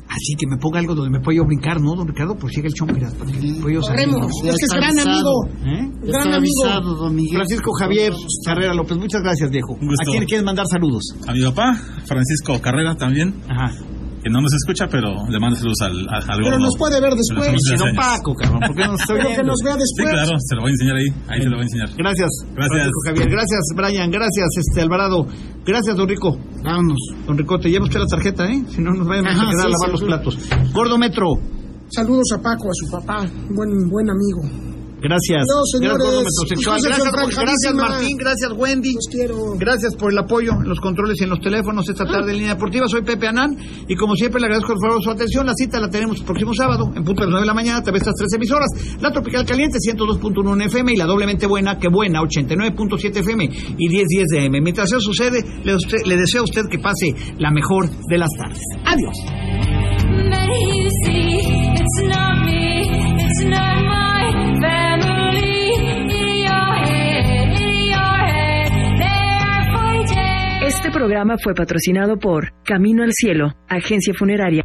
C: Así que me ponga algo donde me pueda yo brincar, ¿no, don Ricardo? Por si llega el chomperas, para que pueda yo salir, ¿no?
D: Corremos, es que es
E: está
D: gran
E: avisado.
D: amigo.
C: ¿Eh?
E: Está
D: Gran amigo.
E: avisado, don Miguel.
C: Francisco Javier Carrera López, muchas gracias, viejo.
L: gusto.
C: ¿A quién le quieres mandar saludos?
L: A mi papá, Francisco Carrera también,
C: Ajá.
L: que no nos escucha, pero le mando saludos al, al, al
D: Pero
L: gordo.
D: nos puede ver después.
L: Nos vemos
C: Che,
L: en
C: don
L: años.
C: Paco, cabrón, ¿por qué no nos está
D: Pero que
C: oyendo?
D: nos vea
L: Sí,
D: después.
L: claro, se lo voy a enseñar ahí. Ahí se lo voy a enseñar.
C: Gracias.
L: Gracias.
C: Francisco Javier. Gracias, Brian. Gracias, este Alvarado. Gracias, don Rico.
E: Vámonos.
C: Don Rico, te lleva usted la tarjeta, ¿eh? Si no, nos vayan a
E: Ajá,
C: quedar a
E: sí,
C: lavar los
E: seguro.
C: platos. Gordo Metro.
D: Saludos a Paco, a su papá, buen, buen amigo.
C: Gracias.
D: Adiós,
C: gracias,
D: señores.
C: Gordo Metrosexual.
D: Hijos de
C: Gracias,
D: su
C: por- gracias,
D: Ranjadísima.
C: Martín. Gracias, Wendy.
D: Los quiero.
C: Gracias por el apoyo en los controles y en los teléfonos esta tarde en Línea Deportiva. Soy Pepe Anán y como siempre le agradezco por favor su atención. La cita la tenemos el próximo sábado en punto de las 9 de la mañana, tal vez estas tres emisoras. La Tropical Caliente 102.1 en FM y la doblemente buena, que buena, 89.7 FM y 10.10 de AM. Mientras eso sucede, le, usted- le deseo a usted que pase la mejor de las tardes. Adiós.
H: May you see it's not me, it's not my family. In your head, in your head, they are pointing.
A: Este programa fue patrocinado por Camino al Cielo, agencia funeraria.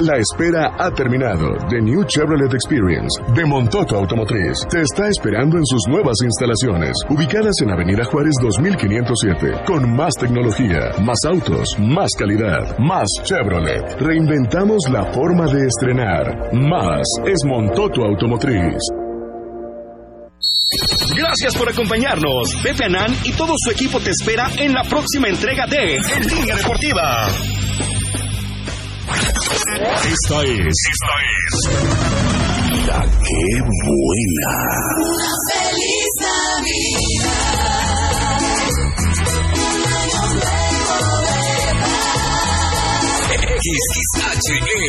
G: La espera ha terminado. The New Chevrolet Experience de Montoto Automotriz te está esperando en sus nuevas instalaciones, ubicadas en Avenida Juárez 2507, con más tecnología, más autos, más calidad, más Chevrolet. Reinventamos la forma de estrenar. Más es Montoto Automotriz.
B: Gracias por acompañarnos. Pepe Anán y todo su equipo te espera en la próxima entrega de En Línea Deportiva.
G: Esta es. Navidad, qué buena.
M: feliz Navidad.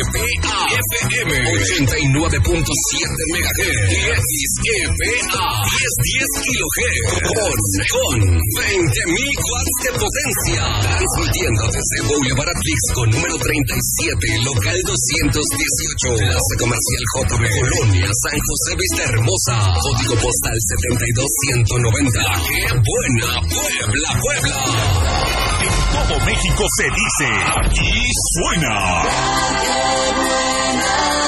F: XHEPA-FM 89.7 MHz XEPA 1010 kHz Con 20.000 watts de potencia Transmitiendo desde Boulevard Atlixco número 37 Local 218 Plaza Comercial Jope Colonia San José Vista Hermosa Código postal 72190 ¡Qué buena Puebla, Puebla!
N: En todo México se dice, aquí suena.
M: Qué buena